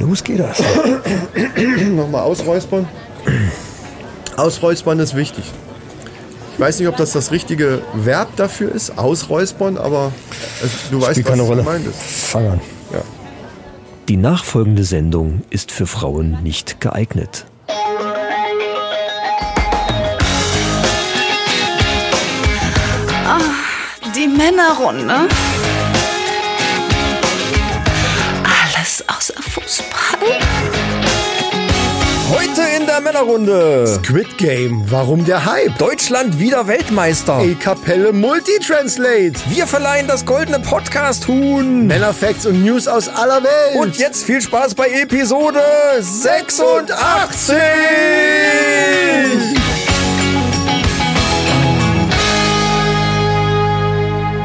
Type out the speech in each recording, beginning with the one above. Los geht das. Nochmal ausräuspern. Ausräuspern ist wichtig. Ich weiß nicht, ob das das richtige Verb dafür ist, ausräuspern, aber es, du weißt, Spielt was keine Rolle. gemeint ist. Fang an. Ja. Die nachfolgende Sendung ist für Frauen nicht geeignet. Die Männerrunde. Alles außer Fußball. Heute in der Männerrunde. Squid Game. Warum der Hype? Deutschland wieder Weltmeister. Die Kapelle Multitranslate. Wir verleihen das goldene Podcast-Huhn. Männerfacts und News aus aller Welt. Und jetzt viel Spaß bei Episode 86.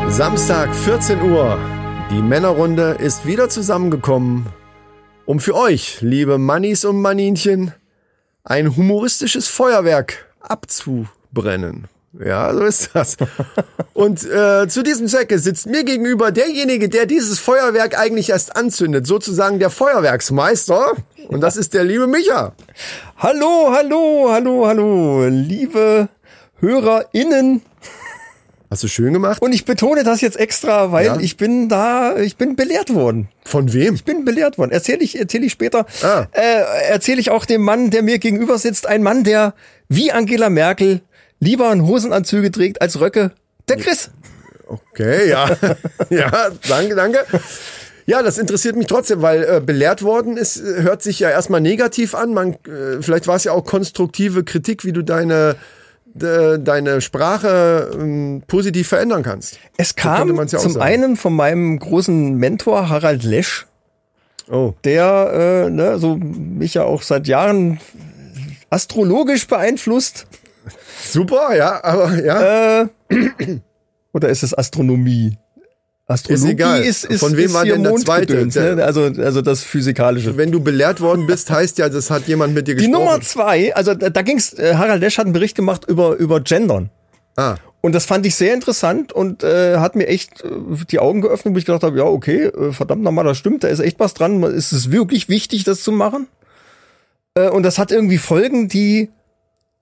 Samstag, 14 Uhr. Die Männerrunde ist wieder zusammengekommen, um für euch, liebe Mannis und Maninchen, ein humoristisches Feuerwerk abzubrennen. Ja, so ist das. Und äh, zu diesem Zwecke sitzt mir gegenüber derjenige, der dieses Feuerwerk eigentlich erst anzündet, sozusagen der Feuerwerksmeister. Und das ist der liebe Micha. Hallo, hallo, hallo, hallo, liebe HörerInnen. Hast du schön gemacht? Und ich betone das jetzt extra, weil Ja. ich bin da, ich bin belehrt worden. Von wem? bin belehrt worden. Erzähle ich, erzähl ich später. Ah. Äh, Erzähle ich auch dem Mann, der mir gegenüber sitzt, ein Mann, der wie Angela Merkel lieber einen Hosenanzüge trägt als Röcke. Der Chris. Okay, ja. ja, danke, danke. Ja, das interessiert mich trotzdem, weil äh, belehrt worden ist, äh, hört sich ja erstmal negativ an. Man, äh, vielleicht war es ja auch konstruktive Kritik, wie du deine, de, deine Sprache ähm, positiv verändern kannst. Es könnte kam man's ja auch zum sagen. einen von meinem großen Mentor Harald Lesch, Oh. der äh, ne, so mich ja auch seit Jahren astrologisch beeinflusst. Super, ja, aber ja. Äh. Oder ist es Astronomie? Astrologie egal. ist, ist, Von wem ist war hier denn der zweite? Mondgedöns, Ne? Also, also das Physikalische. Wenn du belehrt worden bist, heißt ja, das hat jemand mit dir Die gesprochen. Nummer zwei, also da, da ging's, äh, Harald Lesch hat einen Bericht gemacht über, über Gendern. Ah, Und das fand ich sehr interessant und äh, hat mir echt äh, die Augen geöffnet, wo ich gedacht habe, ja, okay, äh, verdammt nochmal, das stimmt, da ist echt was dran. Ist es wirklich wichtig, das zu machen? Äh, und das hat irgendwie Folgen, die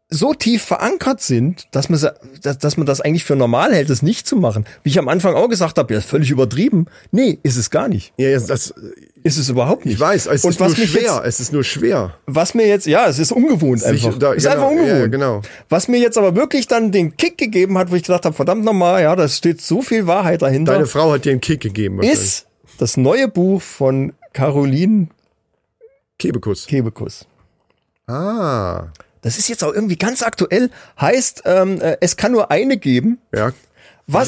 so tief verankert sind, dass man, sa- dass, dass man das eigentlich für normal hält, es nicht zu machen. Wie ich am Anfang auch gesagt habe, ja, ist völlig übertrieben. Nee, ist es gar nicht. ja, jetzt das, Ist es überhaupt nicht. ich weiß, es und ist was nur mich schwer. Jetzt, es ist nur schwer. was mir jetzt, ja, es ist ungewohnt Sich- einfach. da- ist genau, einfach ungewohnt. ja, genau. Was mir jetzt aber wirklich dann den Kick gegeben hat, wo ich gedacht habe, verdammt nochmal, ja, da steht so viel Wahrheit dahinter, Deine Frau hat dir einen Kick gegeben. wahrscheinlich. ist das neue Buch von Caroline Kebekus. Kebekus. Ah, Das ist jetzt auch irgendwie ganz aktuell, heißt, ähm, äh, es kann nur eine geben. ja. Was,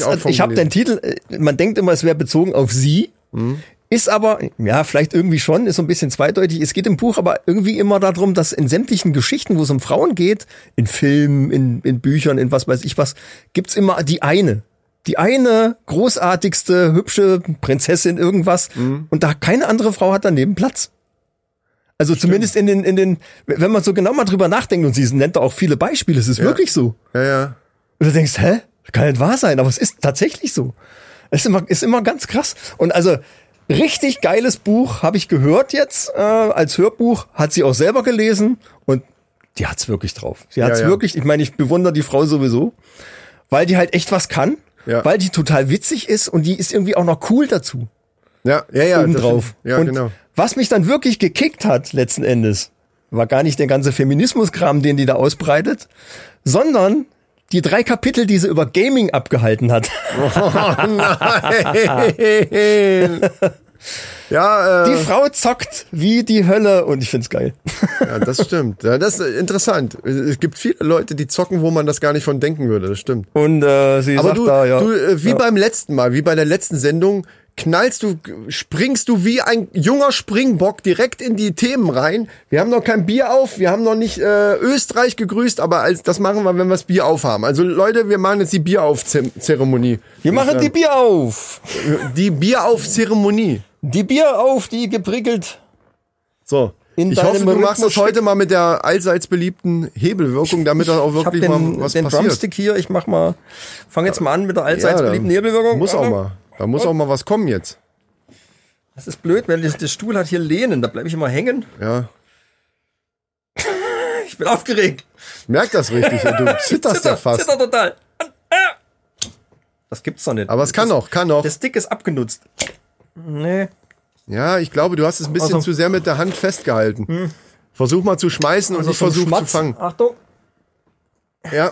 Hab ich auch ich, von ich habe den Titel, äh, man denkt immer, es wäre bezogen auf sie, Mhm. ist aber, ja, vielleicht irgendwie schon, ist so ein bisschen zweideutig. Es geht im Buch aber irgendwie immer darum, dass in sämtlichen Geschichten, wo es um Frauen geht, in Filmen, in, in Büchern, in was weiß ich was, gibt's immer die eine. Die eine großartigste, hübsche Prinzessin irgendwas. Mhm. Und da keine andere Frau hat daneben Platz. Also zumindest in den, in den, wenn man so genau mal drüber nachdenkt, und sie nennt da auch viele Beispiele, es ist wirklich so. Ja, ja. Und du denkst, hä? Das kann nicht wahr sein, aber es ist tatsächlich so. Es ist immer, ist immer ganz krass. Und also, richtig geiles Buch habe ich gehört jetzt äh, als Hörbuch, hat sie auch selber gelesen und die hat's wirklich drauf. Sie hat's Ja, ja. wirklich, ich meine, ich bewundere die Frau sowieso, weil die halt echt was kann, Ja. weil die total witzig ist und die ist irgendwie auch noch cool dazu Ja, ja, ja. das- obendrauf. Ja, und genau. was mich dann wirklich gekickt hat, letzten Endes, war gar nicht der ganze Feminismuskram, den die da ausbreitet, sondern die drei Kapitel, die sie über Gaming abgehalten hat. Nein. ja, Die äh, Frau zockt wie die Hölle und ich find's geil. ja, das stimmt. Ja, das ist interessant. Es gibt viele Leute, die zocken, wo man das gar nicht von denken würde. Das stimmt. Und äh, sie Aber sagt du, da, ja. du äh, wie beim letzten Mal, wie bei der letzten Sendung, knallst du, springst du wie ein junger Springbock direkt in die Themen rein. Wir haben noch kein Bier auf, wir haben noch nicht äh, Österreich gegrüßt, aber als, das machen wir, wenn wir das Bier aufhaben. Also Leute, wir machen jetzt die Bieraufzeremonie. wir machen die Bier auf. die Bieraufzeremonie. Die Bier auf, die geprickelt. So. In ich hoffe, deinem du machst das Rhythmusstück- heute mal mit der allseits beliebten Hebelwirkung, damit da auch Ich hab wirklich den, mal was den passiert. Drumstick hier, ich mach mal, fang jetzt mal an mit der allseits da beliebten Hebelwirkung. Muss auch mal. Da muss auch mal was kommen jetzt. Das ist blöd, weil das- der Stuhl hat hier Lehnen, da bleibe ich immer hängen. Ja. Ich bin aufgeregt. Merk das richtig. Du zitterst ja fast. zitter total. äh. Das gibt's doch nicht. Aber es kann noch, kann noch. Der Stick ist abgenutzt. Nee. Ja, ich glaube, du hast es ein bisschen Also- Hm. zu sehr mit der Hand festgehalten. Versuch mal zu schmeißen und ich Also vom versuche zu Schmatz. fangen. Achtung. Ja.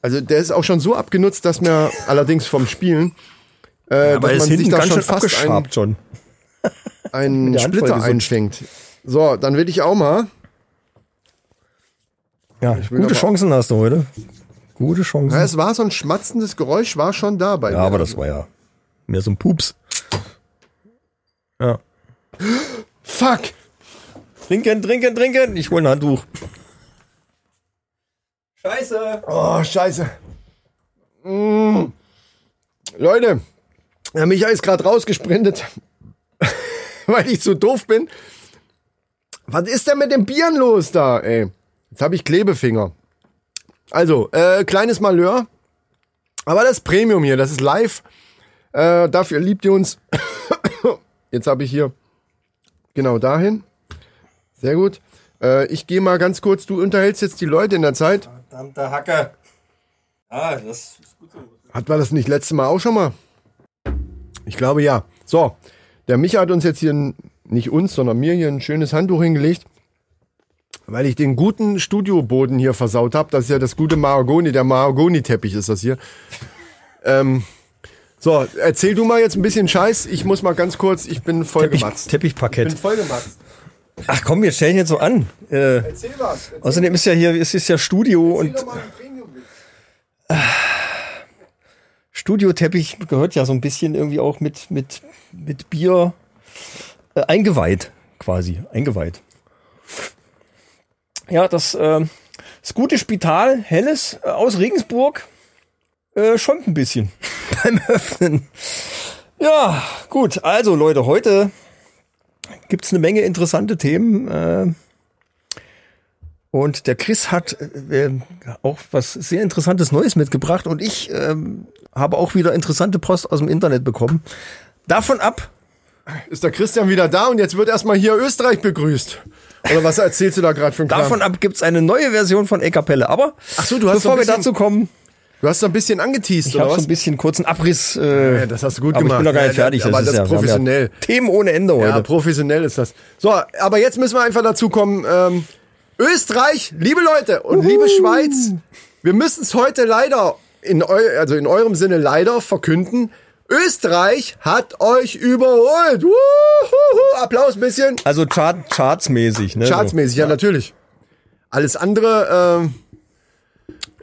Also der ist auch schon so abgenutzt, dass mir allerdings vom Spielen, äh, Aber dass ist man sich hinten da ganz schon schön fast einen, abgeschabt schon. einen der Hand Splitter vollgesucht. einfängt. So, dann will ich auch mal. Ja, aber- gute Chancen hast du heute. Gute Chancen. Ja, es war so ein schmatzendes Geräusch, war schon dabei. Ja, aber das war ja mehr so ein Pups. Ja. Fuck! Trinken, trinken, trinken. Ich hole ein Handtuch. Scheiße. Oh, scheiße. Mm. Leute, der Michael ist gerade rausgesprintet, weil ich zu doof bin. Was ist denn mit den Bieren los da, ey? Jetzt habe ich Klebefinger. Also, äh, kleines Malheur. Aber das Premium hier, das ist live. Äh, dafür liebt ihr uns. Jetzt habe ich hier genau dahin. Sehr gut. Äh, ich gehe mal ganz kurz, du unterhältst jetzt die Leute in der Zeit. Verdammte Hacke. Ah, das ist gut so. Hat man das nicht letztes Mal auch schon mal? Ich glaube ja. So, der Micha hat uns jetzt hier, ein, nicht uns, sondern mir hier ein schönes Handtuch hingelegt, weil ich den guten Studioboden hier versaut habe. Das ist ja das gute Mahagoni, der Mahagoni-Teppich ist das hier. Ähm, so, erzähl du mal jetzt ein bisschen Scheiß. Ich muss mal ganz kurz, ich bin Teppich, vollgematzt. Ich bin Teppichparkett. vollgematzt. Ach komm, wir stellen jetzt so an. Äh, Erzähl was. Erzähl außerdem ist ja hier, es ist ja Studio und doch mal ein Premium. Studioteppich gehört ja so ein bisschen irgendwie auch mit, mit, mit Bier äh, eingeweiht, quasi. Eingeweiht. Ja, das, äh, das gute Spital Helles äh, aus Regensburg äh, schäumt ein bisschen beim Öffnen. Ja, gut. Also Leute, heute gibt's eine Menge interessante Themen. Äh, und der Chris hat äh, auch was sehr Interessantes Neues mitgebracht und ich ähm, habe auch wieder interessante Post aus dem Internet bekommen. Davon ab, Ist der Christian wieder da und jetzt wird erstmal hier Österreich begrüßt. Oder was erzählst du da gerade für einen Kram? davon ab gibt's eine neue Version von E Kapelle. Aber Ach so, du hast so bevor ein wir bisschen- dazu kommen, Du hast da ein bisschen angeteased, ich oder habe so was? ein bisschen kurzen Abriss. Äh, Ja, das hast du gut aber gemacht. ich bin noch gar nicht Ja, fertig. aber das wir haben professionell. Themen ohne Ende heute. ja, professionell ist das. So, aber jetzt müssen wir einfach dazu kommen. Ähm, Österreich, liebe Leute und liebe Schweiz, wir müssen es heute leider, in eu also in eurem Sinne leider, verkünden. Österreich hat euch überholt. Wuhuhu. Applaus ein bisschen. also Chart, chartsmäßig. Ne? Chartsmäßig, ja, natürlich. Alles andere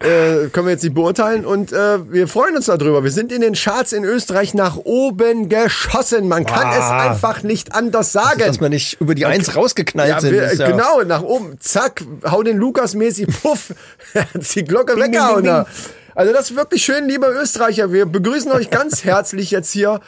äh, äh, können wir jetzt nicht beurteilen und äh, wir freuen uns darüber. Wir sind in den Charts in Österreich nach oben geschossen. Man kann Ah. es einfach nicht anders So, dass sagen. wir nicht über die Eins rausgeknallt Ja, sind. wir, ist ja- Genau, nach oben. Zack, hau den Lukas mäßig, puff, hat die Glocke Bing, weggehauen. bing, bing, da. Also das ist wirklich schön, liebe Österreicher. Wir begrüßen euch ganz herzlich jetzt hier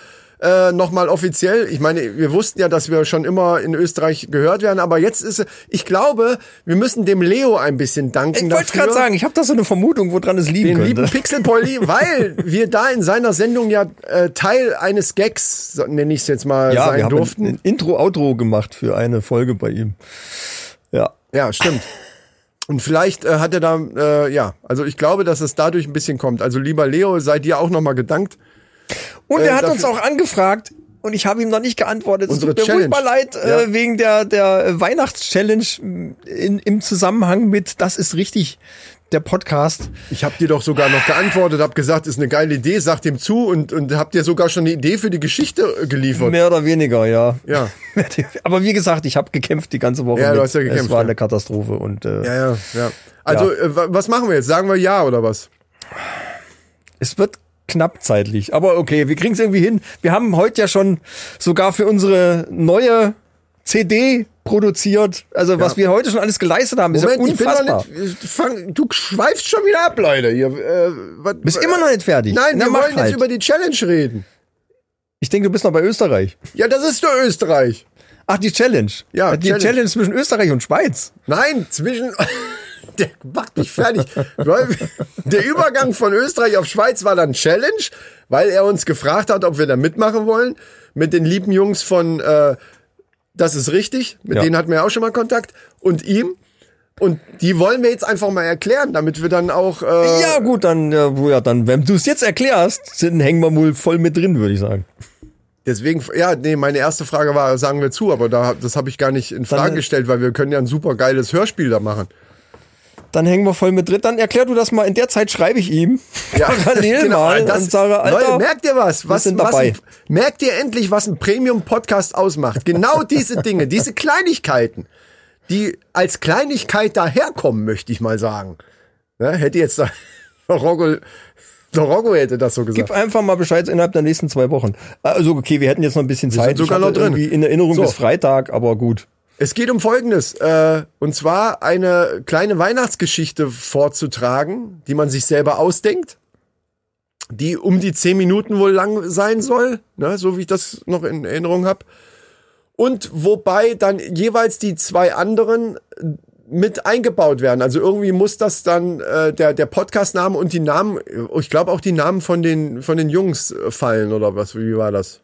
äh, nochmal offiziell. Ich meine, wir wussten ja, dass wir schon immer in Österreich gehört werden, aber jetzt ist, ich glaube, wir müssen dem Leo ein bisschen danken Ich wollte dafür gerade sagen, ich habe da so eine Vermutung, woran es liegen den könnte. lieben Pixelpolly, weil wir da in seiner Sendung ja äh, Teil eines Gags, so nenne ich es jetzt mal, ja, sein wir haben durften. ein Intro, Outro gemacht für eine Folge bei ihm. Ja. Ja, stimmt. Und vielleicht äh, hat er da, äh, ja, also ich glaube, dass es dadurch ein bisschen kommt. Also lieber Leo, sei dir auch nochmal gedankt. Und Äh, er hat dafür- uns auch angefragt und ich habe ihm noch nicht geantwortet. Es Unsere tut mir Challenge. furchtbar leid Ja. äh, wegen der, der Weihnachtschallenge mm, in, im Zusammenhang mit Das ist richtig, der Podcast. Ich hab dir doch sogar noch geantwortet, hab gesagt, ist eine geile Idee, sag dem zu und, und hab dir sogar schon eine Idee für die Geschichte äh, geliefert. Mehr oder weniger, ja. Ja. Aber wie gesagt, ich habe gekämpft die ganze Woche. Ja, du hast ja Es gekämpft, war ja. eine Katastrophe und äh, Ja, ja, ja. Also, Ja. Äh, wa- was machen wir jetzt? Sagen wir ja oder was? Es wird knapp zeitlich, aber okay, wir kriegen es irgendwie hin. Wir haben heute ja schon sogar für unsere neue CD produziert. Also was wir heute schon alles geleistet haben, ist ja Moment, ich bin unfassbar. noch nicht, äh, fang, du schweifst schon wieder ab, Leute. Hier, äh, was, Bist immer noch nicht fertig. Nein, Na, wir mach wollen halt. jetzt über die Challenge reden. Ich denke, du bist noch bei Österreich. Ja, das ist nur Österreich. Ach, die Challenge. Äh, Ja, die Challenge. Challenge, zwischen Österreich und Schweiz. Nein, zwischen. Der macht mich fertig. Weil Der Übergang von Österreich auf Schweiz war dann Challenge, weil er uns gefragt hat, ob wir da mitmachen wollen. mit den lieben Jungs von äh, Das ist richtig, mit Ja. denen hatten wir ja auch schon mal Kontakt und ihm. Und die wollen wir jetzt einfach mal erklären, damit wir dann auch. Äh, Ja, gut, dann, ja, wo- ja, dann, wenn du es jetzt erklärst, sind, hängen wir wohl voll mit drin, würde ich sagen. Deswegen, ja, nee, meine erste Frage war, sagen wir zu, aber da, das habe ich gar nicht in Frage Dann- gestellt, weil wir können ja ein super geiles Hörspiel da machen. Dann hängen wir voll mit drin. Dann erklär du das mal. In der Zeit schreibe ich ihm. Ja, genau. Äh, parallel mal das- und sage, Alter, Leute, merkt ihr was? was, sind was dabei. Ein, merkt ihr endlich, was ein Premium-Podcast ausmacht? Genau diese Dinge, diese Kleinigkeiten, die als Kleinigkeit daherkommen, möchte ich mal sagen. Ne, hätte jetzt da, Roggo, Roggo hätte das so gesagt. Gib einfach mal Bescheid innerhalb der nächsten zwei Wochen. Also, okay, wir hätten jetzt noch ein bisschen Zeit. sogar Ich hatte noch drin. irgendwie In Erinnerung So. bis Freitag, aber gut. Es geht um Folgendes, äh, und zwar eine kleine Weihnachtsgeschichte vorzutragen, die man sich selber ausdenkt, die um die zehn Minuten wohl lang sein soll, ne, so wie ich das noch in Erinnerung habe. Und wobei dann jeweils die zwei anderen äh, mit eingebaut werden. Also irgendwie muss das dann äh, der, der Podcast-Name und die Namen, ich glaube auch die Namen von den, von den Jungs äh, fallen oder was, wie war das?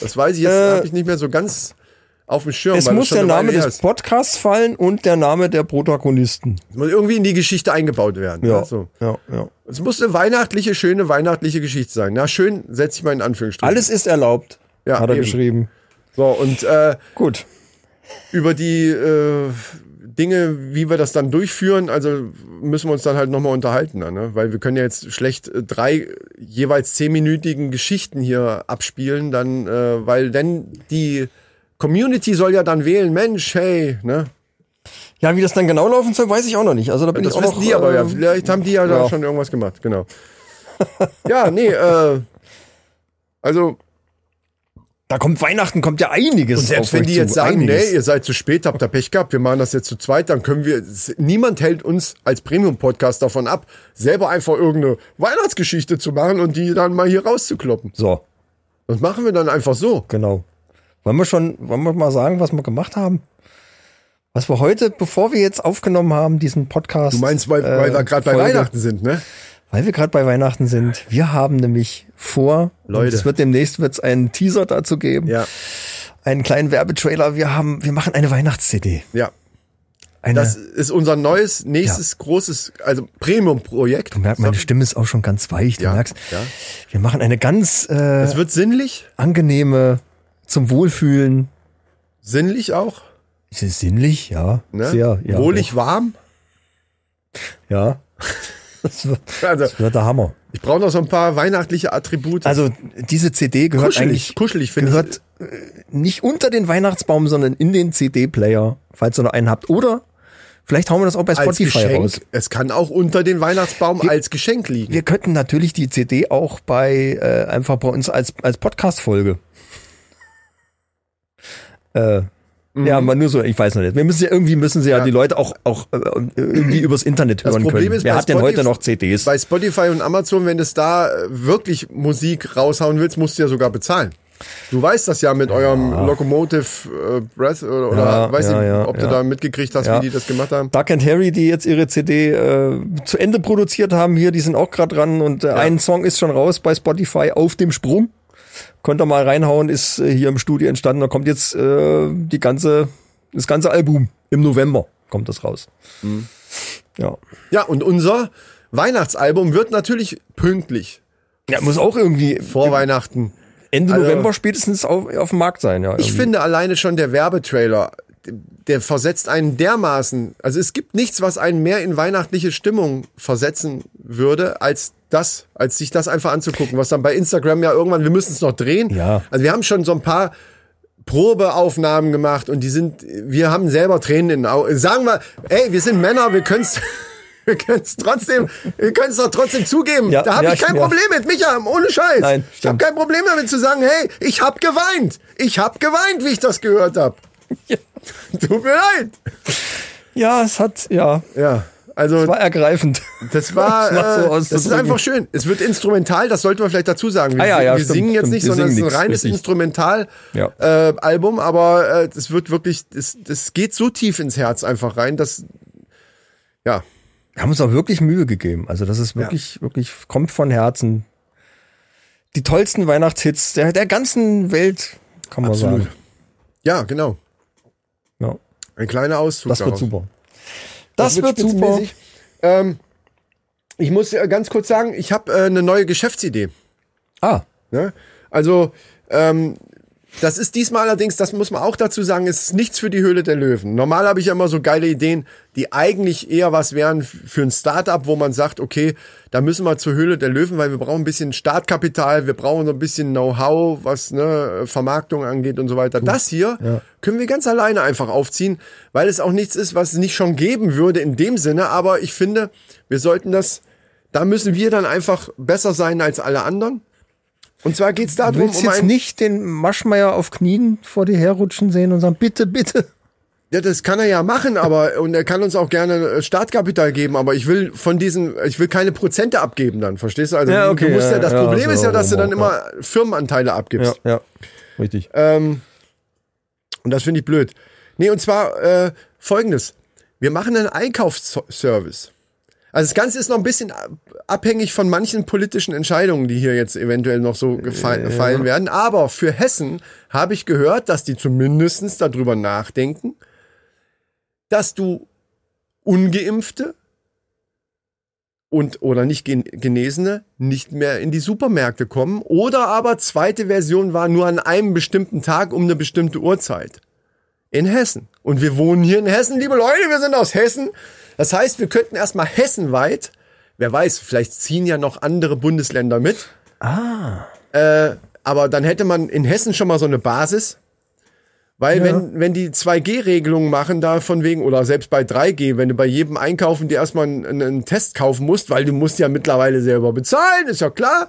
Das weiß ich jetzt, Äh, hab habe ich nicht mehr so ganz auf dem Schirm. Es weil das muss schon der eine Name Weile her des ist. Podcasts fallen und der Name der Protagonisten. Muss irgendwie in die Geschichte eingebaut werden. Ja, Also, ja, ja. es muss eine weihnachtliche, schöne weihnachtliche Geschichte sein. Na, schön setze ich mal in Anführungsstrichen. Alles ist erlaubt, Ja, hat er eben. geschrieben. So, und äh, Gut. über die äh, Dinge, wie wir das dann durchführen, also müssen wir uns dann halt nochmal unterhalten. Dann, ne? Weil wir können ja jetzt schlecht äh, drei jeweils zehnminütigen Geschichten hier abspielen, dann, äh, weil dann die Community soll ja dann wählen, Mensch, hey, ne? Ja, wie das dann genau laufen soll, weiß ich auch noch nicht. Also da bin Das ich auch wissen noch, die aber ja. ähm, Vielleicht haben die ja, da ja. schon irgendwas gemacht, genau. ja, nee, äh, also Da kommt Weihnachten, kommt ja einiges. und selbst auf wenn euch die zu, jetzt sagen, einiges. nee, ihr seid zu spät, habt da Pech gehabt, wir machen das jetzt zu zweit, dann können wir, s- niemand hält uns als Premium-Podcast davon ab, selber einfach irgendeine Weihnachtsgeschichte zu machen und die dann mal hier rauszukloppen. So, Das machen wir dann einfach so. genau. Wollen wir schon, wollen wir mal sagen, was wir gemacht haben? Was wir heute, bevor wir jetzt aufgenommen haben, diesen Podcast. Du meinst, weil, weil äh, wir gerade bei Folge, Weihnachten sind, ne? Weil wir gerade bei Weihnachten sind. Wir haben nämlich vor, Leute. und es wird demnächst wird's einen Teaser dazu geben, Ja, einen kleinen Werbetrailer. Wir haben, wir machen eine Weihnachts-CD. ja. Eine, Das ist unser neues, nächstes großes, also Premium-Projekt. du merkst, meine Stimme ist auch schon ganz weich. Du Ja, merkst, ja. wir machen eine ganz äh, Es wird sinnlich, angenehme, zum Wohlfühlen. sinnlich auch. Ist es sinnlich? Ja. Ne? Sehr. Ja, Wohlig warm. Ja. Das wird, Also, das wird der Hammer. ich brauche noch so ein paar weihnachtliche Attribute. Also diese CD gehört kuschelig, eigentlich kuschelig finde ich. gehört äh, nicht unter den Weihnachtsbaum, sondern in den CD-Player, falls ihr noch einen habt. Oder vielleicht hauen wir das auch bei Als Spotify Geschenk. raus. Es kann auch unter den Weihnachtsbaum als Geschenk liegen. Wir könnten natürlich die CD auch bei äh, einfach bei uns als als Podcast-Folge. Äh, Mhm. Ja, man nur so, ich weiß noch nicht. Wir müssen ja irgendwie müssen sie ja, die Leute auch auch äh, irgendwie übers Internet hören Problem können. ist, Wer bei hat denn heute Spotify- noch CDs? Bei Spotify und Amazon, wenn du es da äh, wirklich Musik raushauen willst, musst du ja sogar bezahlen. Du weißt das ja mit eurem Locomotive äh, Breath oder, oder Ja, weiß ja, nicht, ja, ob du ja. da mitgekriegt hast, Ja. wie die das gemacht haben. Duck and Harry, die jetzt ihre CD äh, zu Ende produziert haben, hier, die sind auch gerade dran und äh, ein Song ist schon raus bei Spotify auf dem Sprung. Könnt ihr mal reinhauen, ist äh, hier im Studio entstanden. Da kommt jetzt äh, die ganze, das ganze Album im November kommt das raus. Mhm. Ja. Ja, und unser Weihnachtsalbum wird natürlich pünktlich Ja, muss auch irgendwie vor Weihnachten Ende Also- November spätestens auf, auf dem Markt sein, ja. Ich irgendwie. finde alleine schon der Werbetrailer, der versetzt einen dermaßen. Also es gibt nichts, was einen mehr in weihnachtliche Stimmung versetzen würde, als das, als sich das einfach anzugucken, was dann bei Instagram ja irgendwann, wir müssen es noch drehen. Ja. Also wir haben schon so ein paar Probeaufnahmen gemacht und die sind, wir haben selber Tränen in den Augen. Sagen wir, ey, wir sind Männer, wir können's, wir können's trotzdem, wir können's doch trotzdem zugeben. Ja, da habe ja, ich kein ja. Problem mit, Micha, ohne Scheiß. Nein, ich habe stimmt. kein Problem damit zu sagen, hey, ich habe geweint. Ich habe geweint, wie ich das gehört habe. Tut mir leid. ja, es hat, ja, Ja, also war ergreifend. das war, das war so äh, das ist auszudrücken. einfach schön. Es wird instrumental, das sollte man vielleicht dazu sagen. Wir, Ah, ja, ja, wir stimmt, singen jetzt stimmt. nicht, Wir sondern es ist singen ein nichts, reines richtig. Instrumental-Album, Ja. äh, Album, aber äh, es wird wirklich, es, das geht so tief ins Herz einfach rein, dass, ja, Wir haben uns auch wirklich Mühe gegeben. Also das ist wirklich, wirklich, kommt von Herzen. Die tollsten Weihnachtshits der, der ganzen Welt kann man Absolut. sagen. Ja, genau. Ja, Ein kleiner Auszug. das wird daraus. super. Das, wird, super. spitzenmäßig. Ähm, ich muss äh, ganz kurz sagen, ich habe äh, eine neue Geschäftsidee. Ah, Ne? Also, ähm, das ist diesmal allerdings, das muss man auch dazu sagen, es ist nichts für die Höhle der Löwen. Normal habe ich ja immer so geile Ideen, die eigentlich eher was wären f- für ein Startup, wo man sagt, okay, da müssen wir zur Höhle der Löwen, weil wir brauchen ein bisschen Startkapital, wir brauchen so ein bisschen Know-how, was ne, Vermarktung angeht und so weiter. Das hier können wir ganz alleine einfach aufziehen, weil es auch nichts ist, was es nicht schon geben würde in dem Sinne. Aber ich finde, wir sollten das, da müssen wir dann einfach besser sein als alle anderen. Und zwar geht's du darum, willst um jetzt ein, nicht den Maschmeier auf Knien vor dir herrutschen sehen und sagen, bitte, bitte. ja, das kann er ja machen, aber und er kann uns auch gerne äh, Startkapital geben, aber ich will von diesen, ich will keine Prozente abgeben dann, verstehst du? Also Ja, okay, du musst ja, ja, das ja, Problem so ist ja, dass du rum dann auch, immer Firmenanteile abgibst. ja. Äh, Richtig. Ähm, und das finde ich blöd. Nee, und zwar äh, folgendes. Wir machen einen Einkaufsservice. Also das Ganze ist noch ein bisschen ab- abhängig von manchen politischen Entscheidungen, die hier jetzt eventuell noch so gefa- fallen werden. Aber für Hessen habe ich gehört, dass die zumindestens darüber nachdenken, dass du Ungeimpfte und oder nicht gen- Genesene nicht mehr in die Supermärkte kommen. Oder aber zweite Version war nur an einem bestimmten Tag um eine bestimmte Uhrzeit. In Hessen. Und wir wohnen hier in Hessen, liebe Leute, wir sind aus Hessen. Das heißt, wir könnten erstmal hessenweit, wer weiß, vielleicht ziehen ja noch andere Bundesländer mit. Ah. Äh, aber dann hätte man in Hessen schon mal so eine Basis. Weil wenn, wenn die 2G-Regelungen machen, da von wegen, oder selbst bei 3G, wenn du bei jedem Einkaufen dir erstmal einen, einen Test kaufen musst, weil du musst ja mittlerweile selber bezahlen, ist ja klar.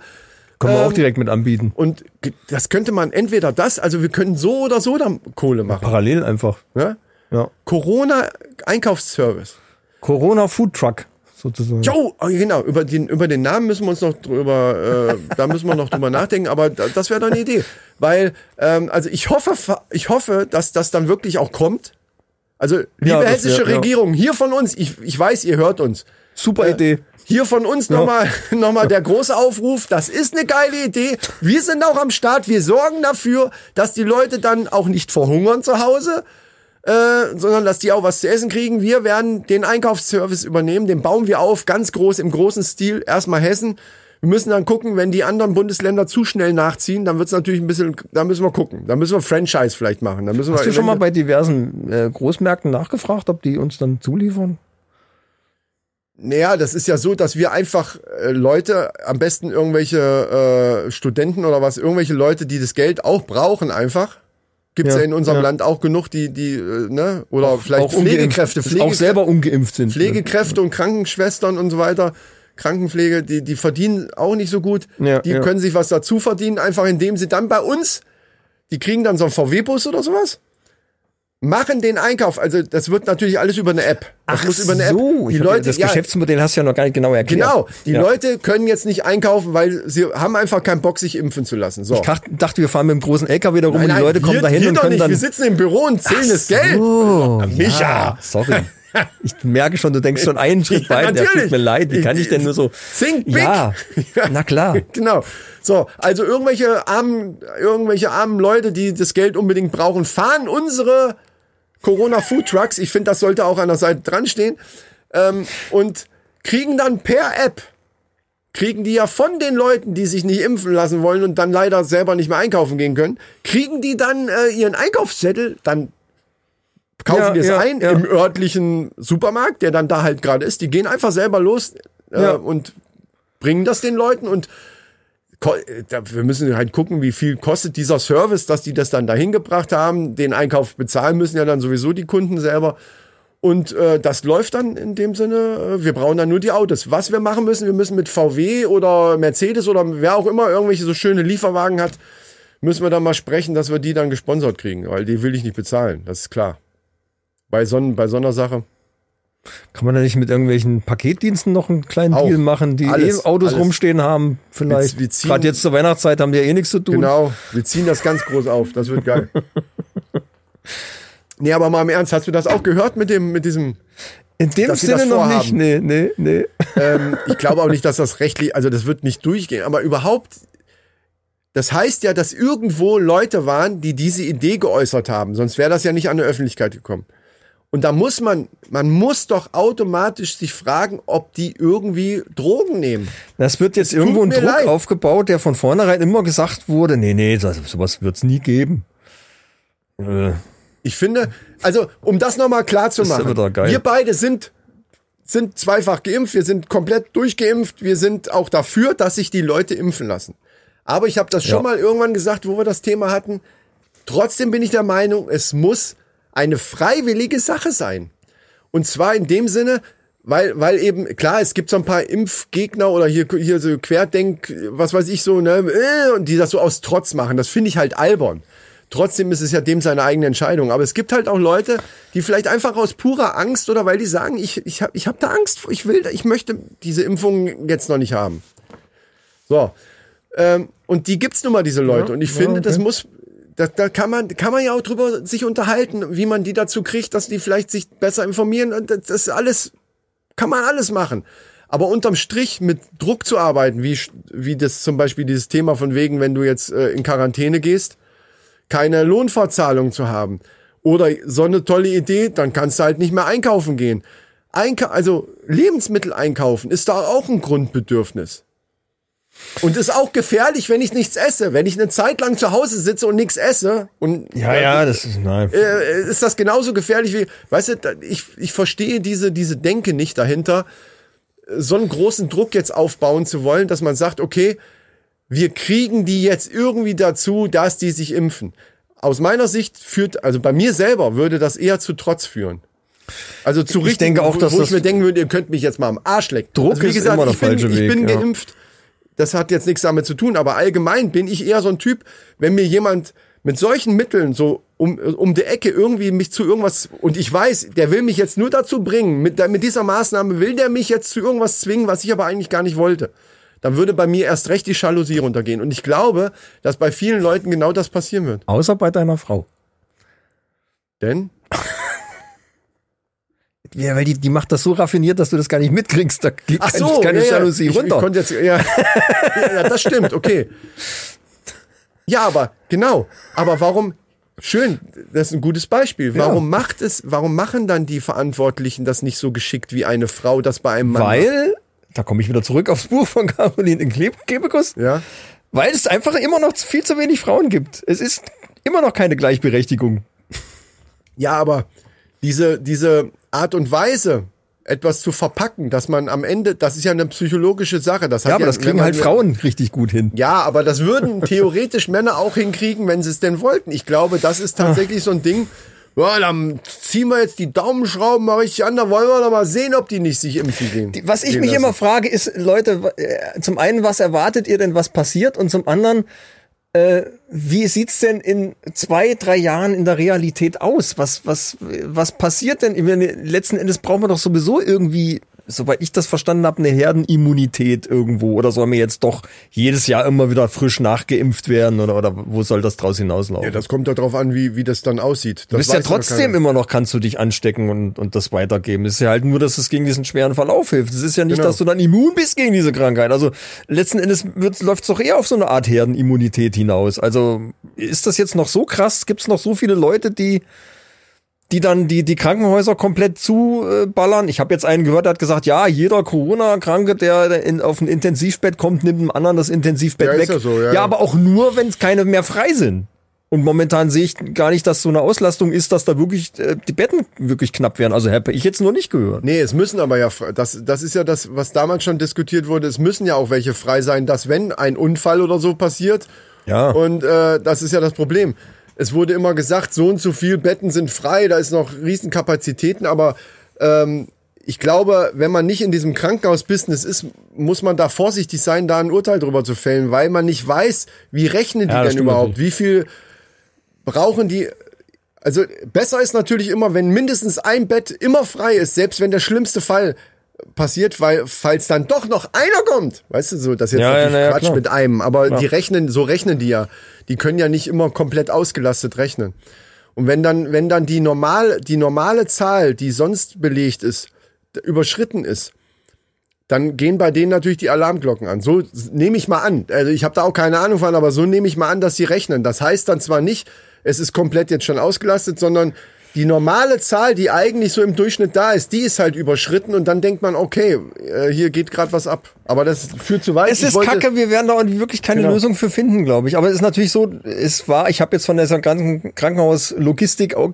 Kann man auch direkt mit anbieten. Und ge- das könnte man entweder das, also wir können so oder so dann Kohle machen. Parallel einfach. Ne? Ja. Corona-Einkaufsservice. Corona Food Truck sozusagen. Jo, oh, genau, über den, über den Namen müssen wir uns noch drüber, äh, da müssen wir noch drüber nachdenken, aber da, das wäre doch eine Idee. Weil, ähm, also ich hoffe, fa- ich hoffe, dass das dann wirklich auch kommt. Also, liebe das wär- hessische ja. Regierung, hier von uns, ich, ich weiß, ihr hört uns. Äh, Super Idee. Hier von uns nochmal noch mal der große Aufruf, das ist eine geile Idee. Wir sind auch am Start, wir sorgen dafür, dass die Leute dann auch nicht verhungern zu Hause, äh, sondern dass die auch was zu essen kriegen. Wir werden den Einkaufsservice übernehmen, den bauen wir auf, ganz groß, im großen Stil, erstmal Hessen. Wir müssen dann gucken, wenn die anderen Bundesländer zu schnell nachziehen, dann wird's natürlich ein bisschen, da müssen wir gucken. Da müssen wir Franchise vielleicht machen. Da müssen Hast wir du schon mal bei diversen äh, Großmärkten nachgefragt, ob die uns dann zuliefern? Naja, das ist ja so, dass wir einfach äh, Leute, am besten irgendwelche äh, Studenten oder was, irgendwelche Leute, die das Geld auch brauchen, einfach. Gibt's ja, Ja, in unserem ja. Land auch genug, die, die, äh, ne, oder vielleicht Pflegekräfte, ungeimpft, auch selber ungeimpft sind. Pflegekräfte und Krankenschwestern und so weiter, Krankenpflege, die, die verdienen auch nicht so gut. Ja, die ja. können sich was dazu verdienen, einfach indem sie dann bei uns, die kriegen dann so einen VW-Bus oder sowas, machen den Einkauf. Also das wird natürlich alles über eine App. Das muss über eine App. Die Leute, das Geschäftsmodell hast du ja noch gar nicht genau erklärt. Genau, die ja. Leute können jetzt nicht einkaufen, weil sie haben einfach keinen Bock, sich impfen zu lassen. So. Ich dacht- dachte, wir fahren mit dem großen LKW da rum und die Leute kommen wir, da hin wir und doch können nicht. dann. Wir sitzen im Büro und zählen das Geld. Oh, Micha. Ja, sorry. Ich merke schon, du denkst schon einen Schritt Ja, weiter. Ja, tut natürlich. mir leid, wie kann ich denn nur so. Think big. Ja, na klar. Genau. So, also irgendwelche armen, irgendwelche armen Leute, die das Geld unbedingt brauchen, fahren unsere Corona Food Trucks. Ich finde, das sollte auch an der Seite dran stehen. Ähm, und kriegen dann per App kriegen die ja von den Leuten, die sich nicht impfen lassen wollen und dann leider selber nicht mehr einkaufen gehen können, kriegen die dann äh, ihren Einkaufszettel, dann kaufen Ja, die es ja, ein ja. im örtlichen Supermarkt, der dann da halt gerade ist. Die gehen einfach selber los äh, Ja. und bringen das den Leuten und ko- äh, da- wir müssen halt gucken, wie viel kostet dieser Service, dass die das dann dahin gebracht haben. Den Einkauf bezahlen müssen ja dann sowieso die Kunden selber. Und äh, das läuft dann in dem Sinne, äh, wir brauchen dann nur die Autos. Was wir machen müssen, wir müssen mit VW oder Mercedes oder wer auch immer irgendwelche so schöne Lieferwagen hat, müssen wir dann mal sprechen, dass wir die dann gesponsert kriegen, weil die will ich nicht bezahlen, das ist klar. Bei so, bei so einer Sache. Kann man da nicht mit irgendwelchen Paketdiensten noch einen kleinen Auch. Deal machen, die Alles, eh Autos alles. rumstehen haben? Vielleicht. Wir- wir ziehen- Gerade jetzt zur Weihnachtszeit haben die ja eh nichts zu tun. Genau, wir ziehen das ganz groß auf, das wird geil. Nee, aber mal im Ernst, hast du das auch gehört mit dem, mit diesem In dem Dass sie Sinne das noch nicht. vorhaben. Nee, nee, nee. ähm, ich glaube auch nicht, dass das rechtlich, also das wird nicht durchgehen, aber überhaupt, Das heißt ja, dass irgendwo Leute waren, die diese Idee geäußert haben. Sonst wäre das ja nicht an die Öffentlichkeit gekommen. Und da muss man, man muss doch automatisch sich fragen, ob die irgendwie Drogen nehmen. Das wird jetzt irgendwo ein mir Druck leid. aufgebaut, der von vornherein immer gesagt wurde, nee, nee, so- sowas wird's nie geben. Äh, Ich finde, also um das nochmal klar zu Ist ja machen, wieder geil. wir beide sind, sind zweifach geimpft, wir sind komplett durchgeimpft, wir sind auch dafür, dass sich die Leute impfen lassen. Aber ich habe das schon Ja. mal irgendwann gesagt, wo wir das Thema hatten. Trotzdem bin ich der Meinung, es muss eine freiwillige Sache sein. Und zwar in dem Sinne, weil, weil eben, klar, es gibt so ein paar Impfgegner oder hier, hier so Querdenk, was weiß ich so, ne, äh, und die das so aus Trotz machen. Das finde ich halt albern. Trotzdem ist es ja dem seine eigene Entscheidung. Aber es gibt halt auch Leute, die vielleicht einfach aus purer Angst oder weil die sagen, ich, ich habe ich hab da Angst, vor, ich will, da- ich möchte diese Impfung jetzt noch nicht haben. So. Ähm, und die gibt's nun mal, diese Leute. und ich finde, das muss, da, da kann man, kann man ja auch drüber sich unterhalten, wie man die dazu kriegt, dass die vielleicht sich besser informieren. Und das, das ist alles, kann man alles machen. Aber unterm Strich mit Druck zu arbeiten, wie, sch- wie das zum Beispiel dieses Thema von wegen, wenn du jetzt äh, in Quarantäne gehst, keine Lohnfortzahlung zu haben. Oder so eine tolle Idee, dann kannst du halt nicht mehr einkaufen gehen. Einka also Lebensmittel einkaufen ist da auch ein Grundbedürfnis. Und ist auch gefährlich, wenn ich nichts esse. Wenn ich eine Zeit lang zu Hause sitze und nichts esse und ja, ja, das ist, nein. äh, ist das genauso gefährlich wie, weißt du, da- ich, ich verstehe diese, diese Denke nicht dahinter, äh, so einen großen Druck jetzt aufbauen zu wollen, dass man sagt, okay, wir kriegen die jetzt irgendwie dazu, dass die sich impfen. Aus meiner Sicht führt, also bei mir selber würde das eher zu Trotz führen. Also zu richtig, denke auch, wo, dass wo das- ich mir denken würde, ihr könnt mich jetzt mal am Arsch lecken. Druck also wie ist gesagt, immer der ich bin, falsche ich Weg, bin ja. geimpft das hat jetzt nichts damit zu tun, aber allgemein bin ich eher so ein Typ, wenn mir jemand mit solchen Mitteln so um, um die Ecke irgendwie mich zu irgendwas, und ich weiß, der will mich jetzt nur dazu bringen, mit, der- mit dieser Maßnahme will der mich jetzt zu irgendwas zwingen, was ich aber eigentlich gar nicht wollte, dann würde bei mir erst recht die Jalousie runtergehen. Und ich glaube, dass bei vielen Leuten genau das passieren wird. Außer bei deiner Frau. Denn Ja, weil die, die macht das so raffiniert, dass du das gar nicht mitkriegst. Da geht Ach so, keine, keine ja, ja. Jalousie ich, runter. Ich konnte jetzt, ja. ja, ja, das stimmt, okay. Ja, aber genau. Aber warum? Schön, das ist ein gutes Beispiel. Warum macht es? Warum machen dann die Verantwortlichen das nicht so geschickt wie eine Frau, das bei einem Mann? macht? weil, da komme ich wieder zurück aufs Buch von Caroline in Kleb Kebekus, ja. weil es einfach immer noch viel zu wenig Frauen gibt. Es ist immer noch keine Gleichberechtigung. Ja, aber diese, diese Art und Weise, etwas zu verpacken, dass man am Ende, das ist ja eine psychologische Sache. Das hat Ja, ja, aber das wenn kriegen man halt mir- Frauen richtig gut hin. Ja, aber das würden theoretisch Männer auch hinkriegen, wenn sie es denn wollten. Ich glaube, das ist tatsächlich so ein Ding. Ja, dann ziehen wir jetzt die Daumenschrauben mal richtig an, da wollen wir doch mal sehen, ob die nicht sich impfen gehen. Die- Was ich gehen mich lassen. immer frage, ist, Leute, äh, zum einen, was erwartet ihr denn, was passiert? Und zum anderen, äh, wie sieht's denn in zwei, drei Jahren in der Realität aus? Was, was, was passiert denn? Ich meine, letzten Endes brauchen wir doch sowieso irgendwie, soweit ich das verstanden habe, eine Herdenimmunität irgendwo. Oder sollen wir jetzt doch jedes Jahr immer wieder frisch nachgeimpft werden? Oder, oder wo soll das draus hinauslaufen? Ja, das kommt ja drauf an, wie, wie das dann aussieht. Das Du bist ja weiß doch trotzdem keiner. immer noch, kannst du dich anstecken und, und das weitergeben. Es ist ja halt nur, dass es gegen diesen schweren Verlauf hilft. Es ist ja nicht, Genau. dass du dann immun bist gegen diese Krankheit. Also letzten Endes läuft es doch eher auf so eine Art Herdenimmunität hinaus. Also ist das jetzt noch so krass? Gibt es noch so viele Leute, die die dann die, die Krankenhäuser komplett zuballern. Ich habe jetzt einen gehört, der hat gesagt, ja, jeder Corona-Kranke, der in, auf ein Intensivbett kommt, nimmt dem anderen das Intensivbett Ja, weg. ist ja so, ja, ja, ja. aber auch nur, wenn es keine mehr frei sind. Und momentan sehe ich gar nicht, dass so eine Auslastung ist, dass da wirklich äh, die Betten wirklich knapp werden. Also habe ich jetzt noch nicht gehört. Nee, es müssen aber ja, fre- das, das ist ja das, was damals schon diskutiert wurde, es müssen ja auch welche frei sein, dass wenn ein Unfall oder so passiert, Ja. und äh, das ist ja das Problem. Es wurde immer gesagt, so und so viel Betten sind frei, da ist noch Riesenkapazitäten, aber ähm, ich glaube, wenn man nicht in diesem Krankenhausbusiness ist, muss man da vorsichtig sein, da ein Urteil drüber zu fällen, weil man nicht weiß, wie rechnen die Ja, das denn stimmt überhaupt, wie viel brauchen die also besser ist natürlich immer, wenn mindestens ein Bett immer frei ist, selbst wenn der schlimmste Fall passiert, weil falls dann doch noch einer kommt, weißt du so, das ist jetzt Ja, ja, natürlich na ja, Quatsch klar. mit einem, aber die rechnen, so rechnen die ja, die können ja nicht immer komplett ausgelastet rechnen. Und wenn dann, wenn dann die normal, die normale Zahl, die sonst belegt ist, d- überschritten ist, dann gehen bei denen natürlich die Alarmglocken an. So s- nehme ich mal an. Also ich habe da auch keine Ahnung von, aber so nehme ich mal an, dass sie rechnen. Das heißt dann zwar nicht, es ist komplett jetzt schon ausgelastet, sondern die normale Zahl, die eigentlich so im Durchschnitt da ist, die ist halt überschritten und dann denkt man, okay, äh, hier geht gerade was ab. Aber das führt zu weit. Es Ich ist wollte- kacke, wir werden da irgendwie wirklich keine Genau. Lösung für finden, glaube ich. Aber es ist natürlich so, es war, ich habe jetzt von dieser ganzen Krankenhauslogistik auch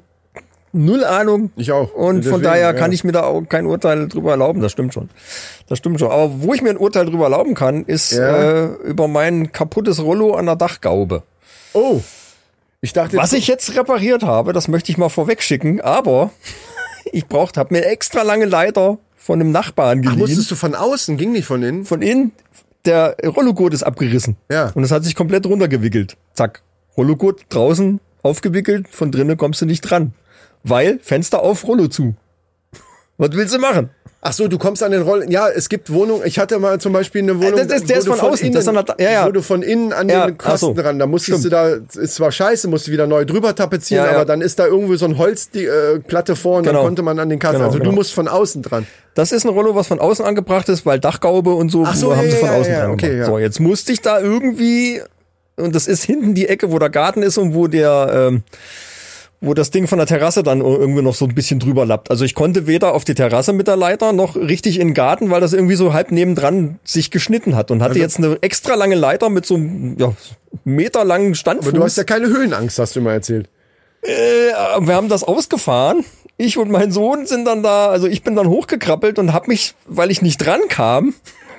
null Ahnung. Ich auch. Und von Deswegen, daher ja. kann ich mir da auch kein Urteil drüber erlauben. Das stimmt schon. Das stimmt schon. Aber wo ich mir ein Urteil drüber erlauben kann, ist Ja. äh, über mein kaputtes Rollo an der Dachgaube. Oh, ich dachte, Was ich jetzt repariert habe, das möchte ich mal vorwegschicken, aber ich braucht, habe mir extra lange Leiter von einem Nachbarn Ach, geliehen. musstest du von außen, ging nicht von innen. von innen, der Rollogurt ist abgerissen. Ja. Und es hat sich komplett runtergewickelt. Zack. Rollogurt draußen aufgewickelt, von drinnen kommst du nicht dran. Weil Fenster auf, Rollo zu. Was willst du machen? Ach so, du kommst an den Rollen. Ja, es gibt Wohnungen. Ich hatte mal zum Beispiel eine Wohnung, Äh, das ist- der wo ist du von außen, innen, das ist an der- ja, ja. wo du von innen an Ja, den ach so. Kosten ran. Da musstest Stimmt. du da, ist zwar scheiße, musst du wieder neu drüber tapezieren, Ja, ja. aber dann ist da irgendwo so ein Holzplatte äh, Platte vor und Genau. dann konnte man an den Kasten. Genau, also genau. du musst von außen dran. Das ist ein Rollo, was von außen angebracht ist, weil Dachgaube und so, Ach so, wo ja, haben ja, sie von ja, außen ja, dran okay, gemacht. ja. So, jetzt musste ich da irgendwie, und das ist hinten die Ecke, wo der Garten ist und wo der, ähm, wo das Ding von der Terrasse dann irgendwie noch so ein bisschen drüber lappt. Also ich konnte weder auf die Terrasse mit der Leiter noch richtig in den Garten, weil das irgendwie so halb nebendran sich geschnitten hat und hatte Also jetzt eine extra lange Leiter mit so einem ja, meterlangen Standfuß. Aber du hast ja keine Höhenangst, hast du immer erzählt. Äh, wir haben das ausgefahren. Ich und mein Sohn sind dann da, also ich bin dann hochgekrabbelt und habe mich, weil ich nicht dran kam,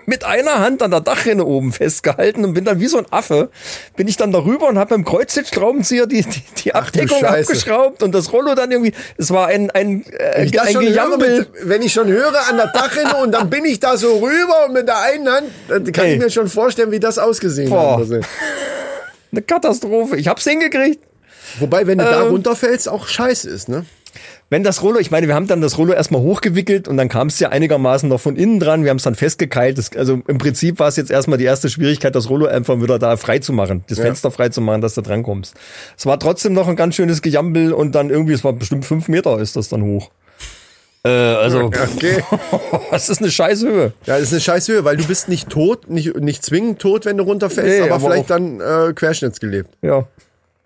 mit einer Hand an der Dachrinne oben festgehalten und bin dann wie so ein Affe, bin ich dann darüber und habe mit dem Kreuzschraubenzieher die, die, die du Abdeckung Scheiße. abgeschraubt und das Rollo dann irgendwie, es war ein, ein, äh, Wenn ich das ein schon höre, Gejammel. mit, wenn ich schon höre an der Dachrinne und dann bin ich da so rüber und mit der einen Hand, dann kann Ey. ich mir schon vorstellen, wie das ausgesehen Boah. hat. Also, Eine Katastrophe. Ich hab's hingekriegt. Wobei, wenn du Ähm. da runterfällst, auch scheiße ist, ne? Wenn das Rollo, ich meine, wir haben dann das Rollo erstmal hochgewickelt und dann kam es ja einigermaßen noch von innen dran. Wir haben es dann festgekeilt. Das, also im Prinzip war es jetzt erstmal die erste Schwierigkeit, das Rollo einfach wieder da frei zu machen, das Fenster frei zu machen, dass du dran kommst. Es war trotzdem noch ein ganz schönes Gejambel und dann irgendwie, es war bestimmt fünf Meter ist das dann hoch. Äh, also, Okay. das ist eine scheiß Höhe. Ja, das ist eine scheiß Höhe, weil du bist nicht tot, nicht, nicht zwingend tot, wenn du runterfällst, Nee, aber, aber auch- vielleicht dann äh, querschnittsgelebt. Ja.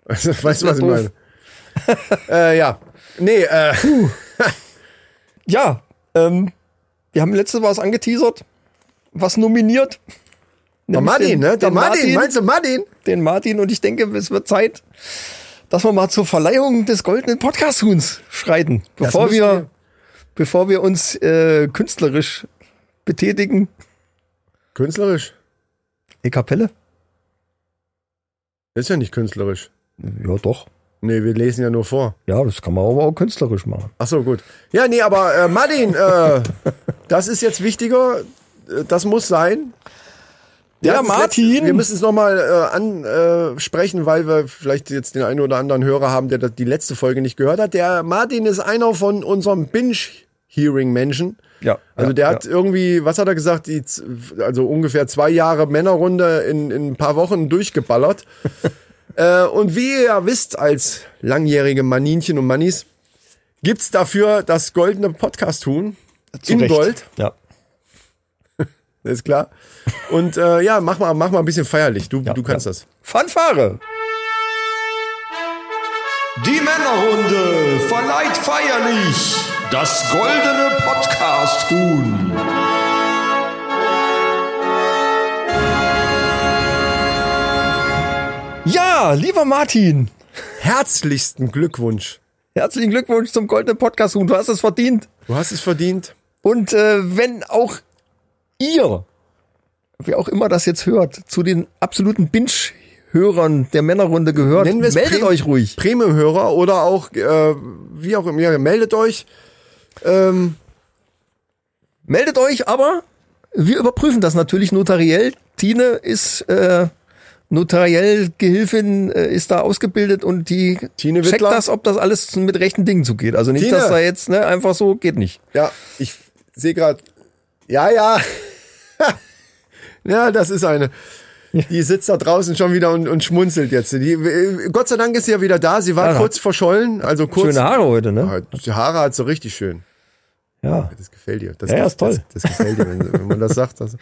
Also, weißt du, was ich doof. meine? äh, ja. Nee, äh, Ja, ähm, wir haben letztes Mal was angeteasert, was nominiert. der Nämlich Martin, den- ne? Der den Martin, Martin. meinst du Martin? den Martin und ich denke, es wird Zeit, dass wir mal zur Verleihung des goldenen Podcast-Huhns schreiten, bevor müssen wir, wir. bevor wir uns äh, künstlerisch betätigen. Künstlerisch? Die Kapelle? Ist ja nicht künstlerisch. Ja, doch. Nee, wir lesen ja nur vor. Ja, das kann man aber auch künstlerisch machen. Ach so, gut. Ja, nee, aber äh, Martin, äh, das ist jetzt wichtiger. Äh, Das muss sein. Der Ja, das Martin. Letzte, wir müssen es nochmal äh, ansprechen, weil wir vielleicht jetzt den einen oder anderen Hörer haben, der das- die letzte Folge nicht gehört hat. Der Martin ist einer von unserem Binge-Hearing-Menschen. Ja, Also ja, der ja. hat irgendwie, was hat er gesagt, die, z- also ungefähr zwei Jahre Männerrunde in, in ein paar Wochen durchgeballert. äh, und wie ihr ja wisst, als langjährige Maninchen und Mannis, gibt's dafür das goldene Podcast-Huhn. In Gold, Ja. ist klar. Und äh, ja, mach mal, mach mal ein bisschen feierlich. Du, ja du kannst ja. das. Fanfare! Die Männerrunde verleiht feierlich das goldene Podcast-Huhn. Ja, lieber Martin, Herzlichsten Glückwunsch. herzlichen Glückwunsch zum goldenen Podcast-Huhn. Du hast es verdient. Du hast es verdient. Und äh, wenn auch ihr, wer auch immer das jetzt hört, zu den absoluten Binge-Hörern der Männerrunde gehört, Nennen wir es meldet Prem- euch ruhig. Premium-Hörer oder auch, äh, wie auch immer, ja, meldet euch. Ähm, Meldet euch, aber wir überprüfen das natürlich notariell. Tine ist äh, notariell Gehilfin, äh, ist da ausgebildet und die Tine checkt Wittler? das, ob das alles mit rechten Dingen zugeht. Also nicht, Tine! dass da jetzt ne, einfach so geht nicht. ja, ich sehe gerade. Ja, ja. ja, das ist eine. Die sitzt da draußen schon wieder und, und schmunzelt jetzt. Die, äh, Gott sei Dank ist sie ja wieder da. Sie war Ja, kurz verschollen, also kurz. Schöne Haare heute, ne? Die Haare hat sie richtig schön. Ja. Das gefällt dir. Das Ja, ja, gef- ist toll. Das, das gefällt dir, wenn, wenn man das sagt. Das.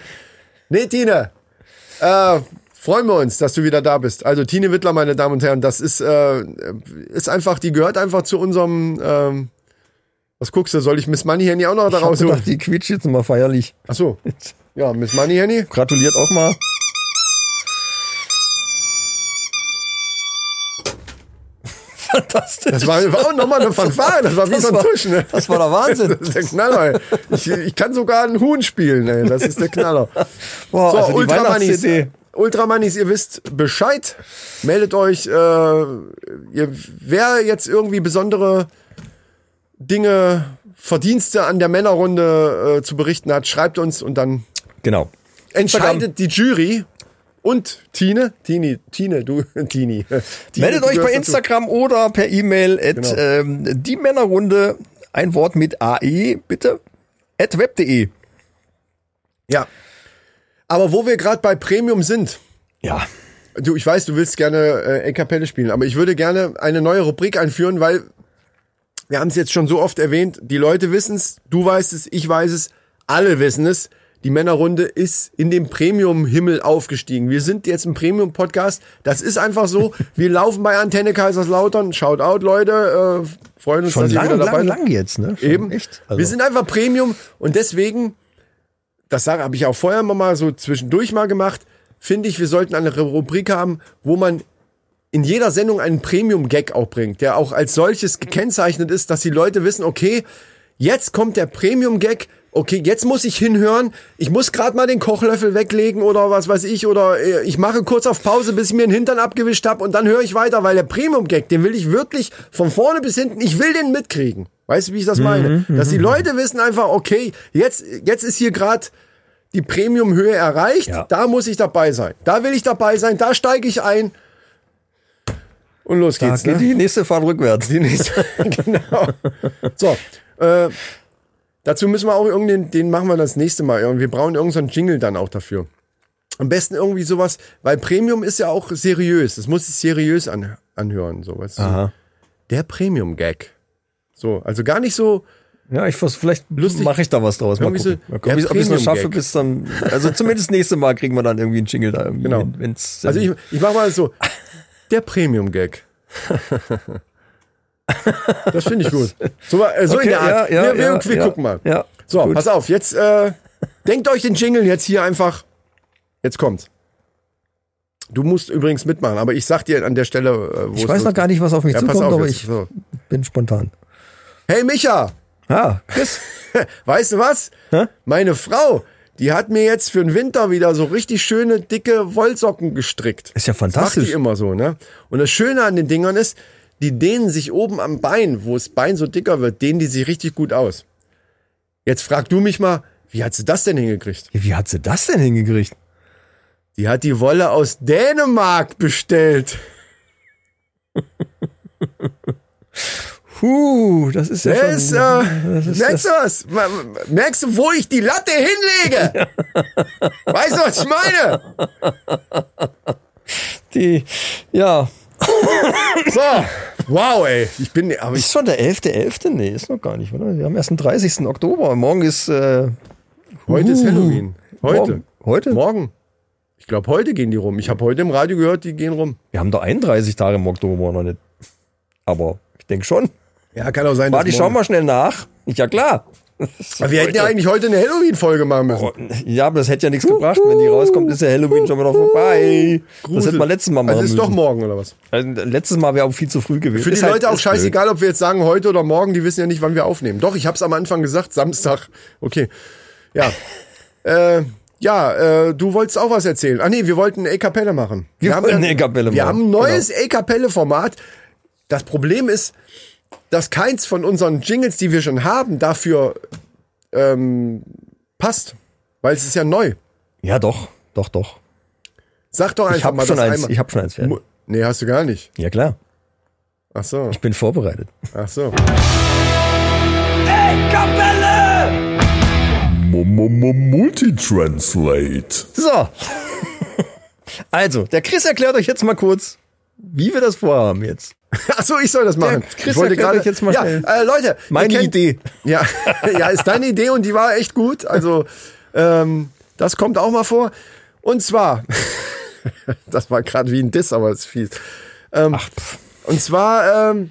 Nee, Tine. Äh, freuen wir uns, dass du wieder da bist. Also Tine Wittler, meine Damen und Herren, das ist, äh, ist einfach, die gehört einfach zu unserem. Ähm, was guckst du? Soll ich Miss Money Henny auch noch da Ich hab rausholen? gedacht, die quietscht jetzt mal feierlich. Ach so. Ja, Miss Money Henny. Gratuliert auch mal. Fantastisch. Das war war auch nochmal eine Fanfare. Das war wie Das so ein war- Tusch, ne? das war der Wahnsinn. Das ist der Knaller. ey. Ich, ich kann sogar einen Huhn spielen, ey. Das ist der Knaller. Boah, So, also die Ultramanis. Weihnachts-CD. Ultramanis, ihr wisst Bescheid. Meldet euch, äh, ihr, wer jetzt irgendwie besondere Dinge, Verdienste an der Männerrunde äh, zu berichten hat, schreibt uns und dann Genau. entscheidet die Jury und Tine, Tini, Tine, du, Tini. Tine, Meldet du euch gehörst bei dazu. Instagram oder per E-Mail at Genau. ähm, die Männerrunde, ein Wort mit AE, bitte, at web.de. Ja. Aber wo wir gerade bei Premium sind, Ja. Du, ich weiß, du willst gerne äh, A Cappelle spielen, aber ich würde gerne eine neue Rubrik einführen, weil wir haben es jetzt schon so oft erwähnt, die Leute wissen es, du weißt es, ich weiß es, alle wissen es. Die Männerrunde ist in den Premium-Himmel aufgestiegen. Wir sind jetzt ein Premium-Podcast. Das ist einfach so. Wir laufen bei Antenne Kaiserslautern. Shout out, Leute. Äh, freuen uns, Also dass ihr wieder dabei seid. jetzt, ne? Schon Eben. Echt? Wir Also, sind einfach Premium und deswegen, das habe ich auch vorher immer mal so zwischendurch mal gemacht, finde ich, wir sollten eine Rubrik haben, wo man in jeder Sendung einen Premium-Gag auch bringt, der auch als solches gekennzeichnet ist, dass die Leute wissen, okay, jetzt kommt der Premium-Gag, okay, jetzt muss ich hinhören, ich muss gerade mal den Kochlöffel weglegen oder was weiß ich, oder äh, ich mache kurz auf Pause, bis ich mir den Hintern abgewischt habe und dann höre ich weiter, weil der Premium-Gag, den will ich wirklich von vorne bis hinten, ich will den mitkriegen. Weißt du, wie ich das meine? Dass die Leute wissen einfach, okay, jetzt, jetzt ist hier gerade die Premium-Höhe erreicht, Ja. da muss ich dabei sein. Da will ich dabei sein, da steige ich ein. Und los da geht's. geht ne? die nächste Fahrt rückwärts. Die nächste. genau. So. Äh, dazu müssen wir auch irgendeinen, den machen wir das nächste Mal. Und wir brauchen irgendeinen so einen Jingle dann auch dafür. Am besten irgendwie sowas, weil Premium ist ja auch seriös. Das muss sich seriös an, anhören, sowas. Aha. Der Premium-Gag. So, also gar nicht so. Ja, ich vers vielleicht Lustig. mache ich da was draus. Mal Irgendwie so gucken. Mal gucken, ob der ich es noch schaffe, Premium-Gag. bis dann. Also zumindest nächste Mal kriegen wir dann irgendwie einen Jingle da irgendwie. Genau. hin, Wenn's, Also ich, ich mach mal so. Der Premium-Gag. das finde ich gut. So, äh, so in Okay, der Art. ja, ja, wir wir, ja, wir ja, gucken mal. ja, so, gut. pass auf. Jetzt äh, denkt euch den Jingle jetzt hier einfach. Jetzt kommt's. Du musst übrigens mitmachen, aber ich sag dir an der Stelle, äh, wo Ich weiß noch gar nicht, was auf mich ja, pass zukommt, auf, aber jetzt. ich So. bin spontan. Hey Micha, Ah, Chris. weißt du was? Meine Frau, die hat mir jetzt für den Winter wieder so richtig schöne, dicke Wollsocken gestrickt. Ist ja Das macht fantastisch. die immer so, ne? Und das Schöne an den Dingern ist, die dehnen sich oben am Bein, wo das Bein so dicker wird, dehnen die sich richtig gut aus. Jetzt frag du mich mal, wie hat sie das denn hingekriegt? Wie hat sie das denn hingekriegt? Die hat die Wolle aus Dänemark bestellt. Puh, das ist ja Der schon, ist, äh, merkst du was? Ma- ma- Merkst du, wo ich die Latte hinlege? Weißt du, was ich meine? die, ja. So, wow, ey. Ich bin, aber ich, Ist schon der 11.11.? Nee, ist noch gar nicht, oder? Wir haben erst den 30. Oktober. Morgen ist, äh, heute ist Halloween. Heute. Morgen. Heute? Uh. Morgen. Ich glaube, heute gehen die rum. Ich habe heute im Radio gehört, die gehen rum. wir haben doch 31 Tage im Oktober noch nicht. Aber ich denke schon. Ja, kann auch sein. Warte, ich schau morgen- mal schnell nach. Ja, klar. Aber wir hätten ja eigentlich heute eine Halloween-Folge machen müssen. Ja, aber das hätte ja nichts gebracht. Wenn die rauskommt, ist ja Halloween schon wieder vorbei. Das hätten wir letztes Mal machen Also ist doch müssen. morgen oder was? Also letztes Mal wäre auch viel zu früh gewesen. Für Ist die halt- Leute auch ist blöd. scheißegal, ob wir jetzt sagen heute oder morgen, die wissen ja nicht, wann wir aufnehmen. Doch, ich hab's am Anfang gesagt, Samstag. Okay. Ja. äh, ja, äh, du wolltest auch was erzählen. Ah nee, wir wollten eine E-Kapelle machen. Wir wollten eine E-Kapelle Wir machen, genau. haben ein neues E-Kapelle-Format. Das Problem ist, dass keins von unseren Jingles, die wir schon haben, dafür ähm, passt. Weil es ist ja neu. Ja, doch. Doch, doch. Sag doch einfach Ich habe mal schon, das eins. einmal. Ich hab schon eins fertig. Mu- Nee, hast du gar nicht. Ja, klar. Ach so, Ich bin vorbereitet. ach so. Multitranslate. So. Also, der Chris erklärt euch jetzt mal kurz, wie wir das vorhaben jetzt. Ach so, ich soll das machen. Der Chris ich wollte erklärt gerade euch jetzt mal ja, schnell. äh, Leute, ihr Meine kennt- Idee. Ja, ja, ist deine Idee und die war echt gut. Also ähm, das kommt auch mal vor. Und zwar, das war gerade wie ein Diss, aber es ist fies. Ähm, Ach, und zwar ähm,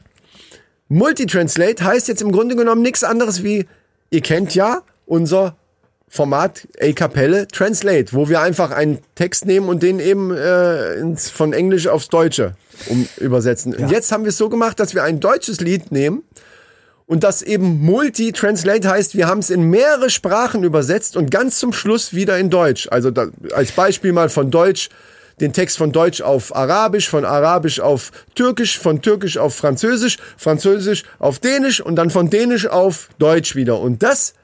Multitranslate heißt jetzt im Grunde genommen nichts anderes wie ihr kennt ja unser Format A Capelle Translate, wo wir einfach einen Text nehmen und den eben äh, ins, von Englisch aufs Deutsche um, übersetzen. Und jetzt haben wir es so gemacht, dass wir ein deutsches Lied nehmen und das eben Multi-Translate heißt, wir haben es in mehrere Sprachen übersetzt und ganz zum Schluss wieder in Deutsch. Also da, als Beispiel mal von Deutsch, den Text von Deutsch auf Arabisch, von Arabisch auf Türkisch, von Türkisch auf Französisch, Französisch auf Dänisch und dann von Dänisch auf Deutsch wieder. Und das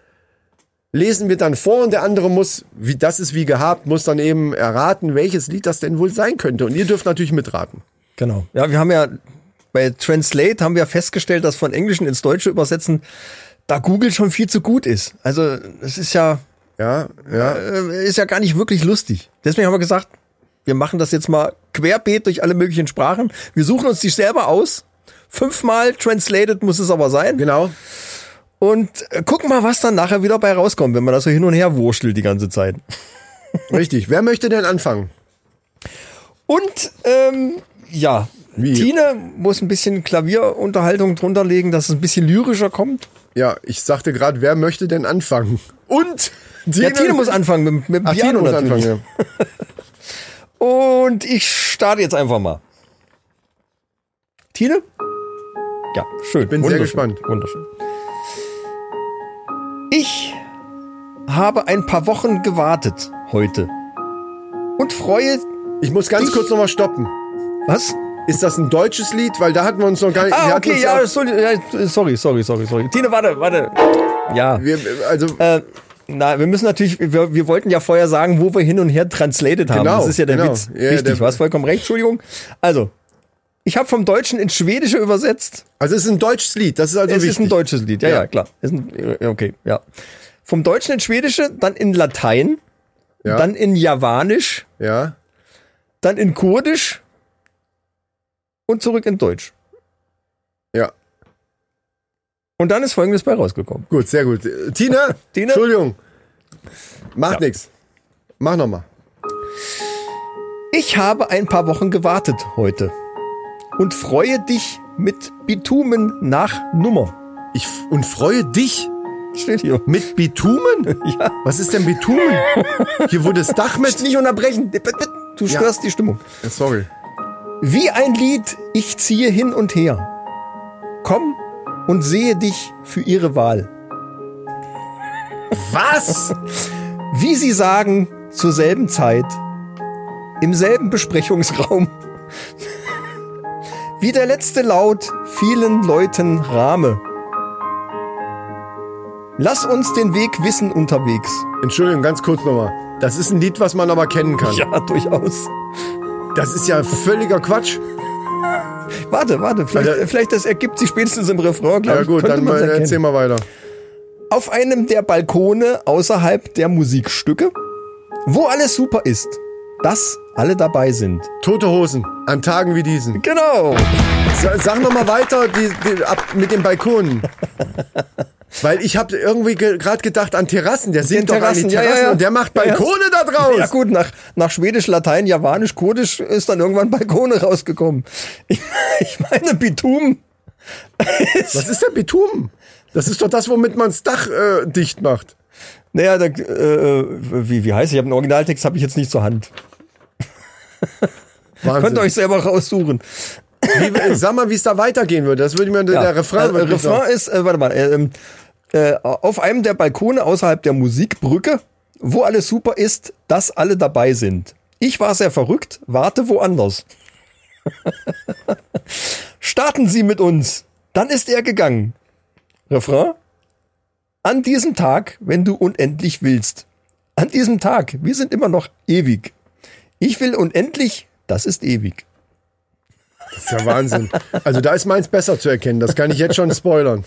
lesen wir dann vor und der andere muss, wie das ist wie gehabt, muss dann eben erraten, welches Lied das denn wohl sein könnte. Und ihr dürft natürlich mitraten. Genau. Ja, wir haben ja bei Translate haben wir festgestellt, dass von Englischen ins Deutsche übersetzen, da Google schon viel zu gut ist. Also es ist ja Ja, ja. äh, ist ja gar nicht wirklich lustig. Deswegen haben wir gesagt, wir machen das jetzt mal querbeet durch alle möglichen Sprachen. Wir suchen uns die selber aus. Fünfmal translated muss es aber sein. Genau. Und äh, gucken mal, was dann nachher wieder bei rauskommt, wenn man das so hin und her wurschtelt die ganze Zeit. Richtig. Wer möchte denn anfangen? Und ähm, ja, Wie? Tine muss ein bisschen Klavierunterhaltung drunter legen, dass es ein bisschen lyrischer kommt. Ja, ich sagte gerade, wer möchte denn anfangen? Und Tine, Ja, Tine muss anfangen mit, mit dem Ach, Tine Piano muss natürlich. anfangen. Ja. Und ich starte jetzt einfach mal. Tine? Ja, schön. Bin sehr Wunderschön. gespannt. Wunderschön. Ich habe ein paar Wochen gewartet heute und freue. Ich muss ganz Dich- kurz nochmal stoppen. Was? Ist das ein deutsches Lied? Weil da hatten wir uns noch gar nicht. wir Ah, hatten okay, uns ja, auch- sorry, ja, sorry, sorry, sorry, sorry. Tine, warte, warte. Ja. wir, also, Äh, na, wir müssen natürlich, wir, wir wollten ja vorher sagen, wo wir hin und her translated haben. Genau, das ist ja der genau. Witz. Ja, Richtig, der- du hast vollkommen recht, Entschuldigung. Also, ich habe vom Deutschen ins Schwedische übersetzt. also es ist ein deutsches Lied. Das ist also es wichtig. ist ein deutsches Lied, ja, ja, klar. Ist ein, okay, ja. Vom Deutschen ins Schwedische, dann in Latein, Ja, dann in Javanisch, ja. dann in Kurdisch und zurück in Deutsch. Ja. Und dann ist folgendes bei rausgekommen. Gut, sehr gut. Äh, Tine, Tine? Entschuldigung. Macht Ja. nix. Mach nochmal. Ich habe ein paar Wochen gewartet heute und freue dich mit Bitumen nach Nummer. Ich f- und freue dich Steht hier. mit Bitumen? Ja. Was ist denn Bitumen? Hier wurde das Dach mit. Nicht unterbrechen. Du störst die Stimmung. Sorry. Wie ein Lied, ich ziehe hin und her. Komm und sehe dich für ihre Wahl. Was? Wie sie sagen, zur selben Zeit, im selben Besprechungsraum. Wie der letzte Laut vielen Leuten Rahme. Lass uns den Weg wissen unterwegs. Entschuldigung, ganz kurz nochmal. Das ist ein Lied, was man aber kennen kann. Ja, durchaus. Das ist ja völliger Quatsch. Warte, warte, vielleicht, Alter. vielleicht das ergibt sich spätestens im Refrain, Also, äh, glaube Ja ich. gut, könnte dann mal, man's erkennen. erzähl mal weiter. Auf einem der Balkone außerhalb der Musikstücke, wo alles super ist, dass alle dabei sind. Tote Hosen an Tagen wie diesen. Genau. Sa- Sag noch mal weiter die, die, ab, mit den Balkonen. Weil ich habe irgendwie ge gerade gedacht an Terrassen. Der singt doch an Terrassen, die ja, ja, Terrassen ja. und der macht Ja, ja. Balkone da draus. Ja gut, nach, nach Schwedisch, Latein, Javanisch, Kurdisch ist dann irgendwann Balkone rausgekommen. Ich, ich meine, Bitum. Was ist denn Bitumen? Das ist doch das, womit man das Dach äh, dicht macht. Naja, da, äh, wie, wie heißt es? Ich habe einen Originaltext, habe ich jetzt nicht zur Hand. Könnt Wahnsinn. ihr euch selber raussuchen. Wie, sag mal, wie es da weitergehen würde. Das würde mir Ja. der Refrain. Äh, würde mich noch- Refrain ist, äh, warte mal, äh, ähm, äh, auf einem der Balkone außerhalb der Musikbrücke, wo alles super ist, dass alle dabei sind. Ich war sehr verrückt, warte woanders. Starten Sie mit uns. Dann ist er gegangen. Refrain? An diesem Tag, wenn du unendlich willst. An diesem Tag, wir sind immer noch ewig. Ich will unendlich, das ist ewig. Das ist ja Wahnsinn. Also da ist meins besser zu erkennen. Das kann ich jetzt schon spoilern.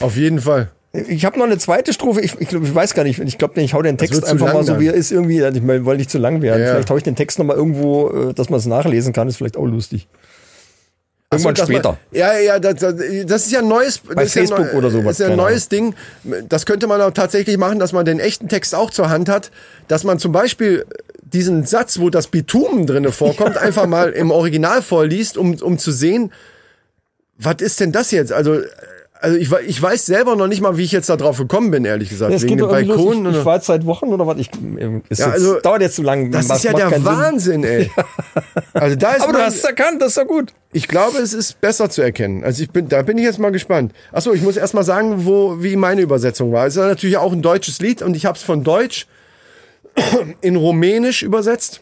Auf jeden Fall. Ich habe noch eine zweite Strophe. Ich, ich, glaub, ich weiß gar nicht. Ich glaube, ich hau den Text wird zu einfach lang mal so, dann. wie er ist. Irgendwie, ich mein, wollte nicht zu lang werden. Ja, ja. Vielleicht hau ich den Text noch mal irgendwo, äh, dass man es nachlesen kann. Ist vielleicht auch lustig. Also, Irgendwann dass man- später. Ja, ja, das, das das ist ja ein neues. Bei das ist ja Facebook neu- oder genau. sowas, Ist ja ein keine neues Ding. Das könnte man auch tatsächlich machen, dass man den echten Text auch zur Hand hat, dass man zum Beispiel diesen Satz, wo das Bitumen drinne vorkommt, einfach mal im Original vorliest, um, um zu sehen, was ist denn das jetzt? Also, also ich, we- ich weiß selber noch nicht mal, wie ich jetzt da drauf gekommen bin, ehrlich gesagt. Es wegen geht dem doch irgendwie los. Balkon. Ich, ich oder- war jetzt seit Wochen oder was? Ich, ähm, ist Ja, jetzt, also, dauert jetzt zu lang. das macht- ist ja macht der keinen Sinn. Wahnsinn, ey. Also da ist Aber du mein- hast es erkannt, das ist ja gut. Ich glaube, es ist besser zu erkennen. Also ich bin, da bin ich jetzt mal gespannt. Achso, ich muss erst mal sagen, wo, wie meine Übersetzung war. Es ist natürlich auch ein deutsches Lied und ich habe es von Deutsch in Rumänisch übersetzt.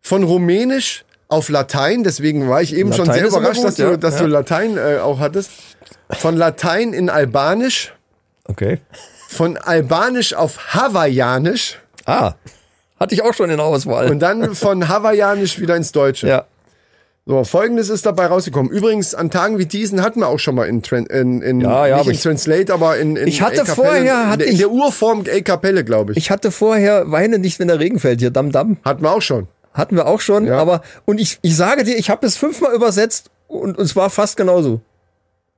Von Rumänisch auf Latein, deswegen war ich eben schon Latein sehr ist immer überrascht, gut, dass, ja. du, dass du Latein äh, auch hattest. Von Latein in Albanisch, Okay. von Albanisch auf Hawaiianisch Ah, hatte ich auch schon in der Auswahl. und dann von Hawaiianisch wieder ins Deutsche. ja. So, folgendes ist dabei rausgekommen. Übrigens, an Tagen wie diesen hatten wir auch schon mal in, Tran in, in Ja, ja, nicht aber in ich- Translate, aber in, in Ich hatte A Cappella, vorher, in, hatte der- in ich- der Urform A Kapelle, glaube ich. Ich hatte vorher Weine nicht, wenn der Regen fällt, hier Damm Damm. Hatten wir auch schon. Hatten wir auch schon, Ja. aber und ich, ich sage dir, ich habe es fünfmal übersetzt und, und es war fast genauso.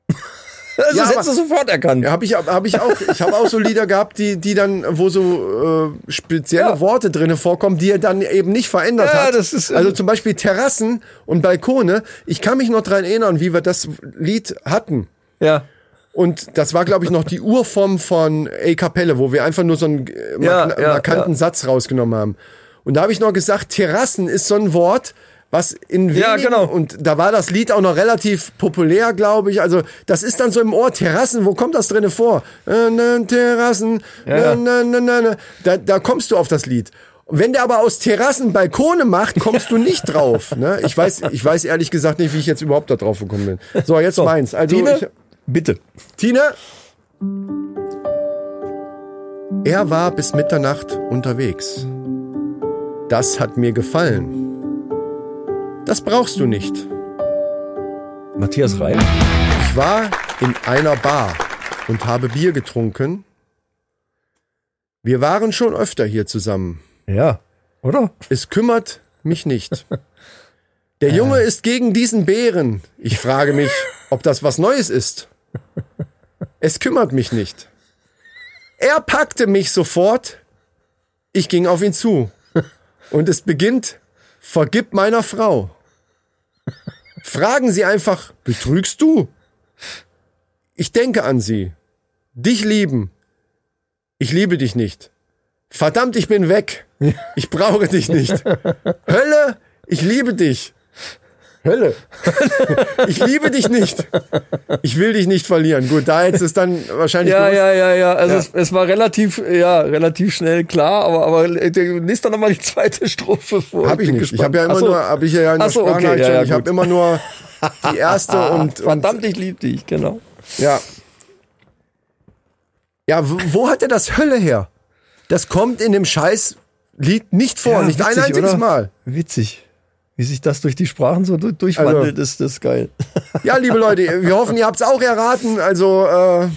also Ja, das hättest aber- du sofort erkannt. Ja, habe ich, hab ich auch. Ich habe auch so Lieder gehabt, die, die dann, wo so äh, spezielle Ja. Worte drinne vorkommen, die er dann eben nicht verändert Ja, hat. das ist- also zum Beispiel Terrassen und Balkone. Ich kann mich noch dran erinnern, wie wir das Lied hatten. Ja. Und das war, glaube ich, noch die Urform von A Kapelle, wo wir einfach nur so einen äh, Ja, mark- ja, markanten Satz rausgenommen haben. Und da habe ich noch gesagt, Terrassen ist so ein Wort, was in wenigen, Ja, genau. und da war das Lied auch noch relativ populär, glaube ich. Also das ist dann so im Ohr, Terrassen, wo kommt das drinne vor? Äh, ne, Terrassen, Ja. ne, ne, ne, ne, ne. Da, da kommst du auf das Lied. Und Wenn der aber aus Terrassen Balkone macht, kommst du nicht drauf. Ne? Ich, weiß, ich weiß ehrlich gesagt nicht, wie ich jetzt überhaupt da drauf gekommen bin. So, jetzt meins. Also Tine, ich, bitte. Tine! Er war bis Mitternacht unterwegs. Das hat mir gefallen. Das brauchst du nicht. Matthias Reim. Ich war in einer Bar und habe Bier getrunken. Wir waren schon öfter hier zusammen. Ja. Oder? Es kümmert mich nicht. Der Junge ist gegen diesen Bären. Ich frage mich, ob das was Neues ist. Es kümmert mich nicht. Er packte mich sofort. Ich ging auf ihn zu. Und es beginnt, vergib meiner Frau. Fragen Sie einfach, betrügst du? Ich denke an sie. Dich lieben. Ich liebe dich nicht. Verdammt, ich bin weg. Ich brauche dich nicht. Hölle, ich liebe dich. Hölle. Ich liebe dich nicht. Ich will dich nicht verlieren. Gut, da jetzt ist dann wahrscheinlich Ja, gewusst. ja, ja, ja. Also Es, es war relativ, ja, relativ schnell klar, aber, aber äh, liest doch nochmal die zweite Strophe vor. Habe ich bin nicht. gespannt. Ich habe ja immer Ach so. nur, habe ich ja in der Ach so, okay, Sprachnachricht ja, schon, ja, ich habe gut. immer nur die erste und, und Ah, Verdammt, ich lieb dich, genau. ja. Ja, wo- wo hat er das Hölle her? Das kommt in dem Scheiß Lied nicht vor, Ja, nicht ein witzig, einziges oder? Mal. Witzig. Wie sich das durch die Sprachen so du- durchwandelt, Also- ist das geil. Ja, liebe Leute, wir hoffen, ihr habt's auch erraten. Also äh,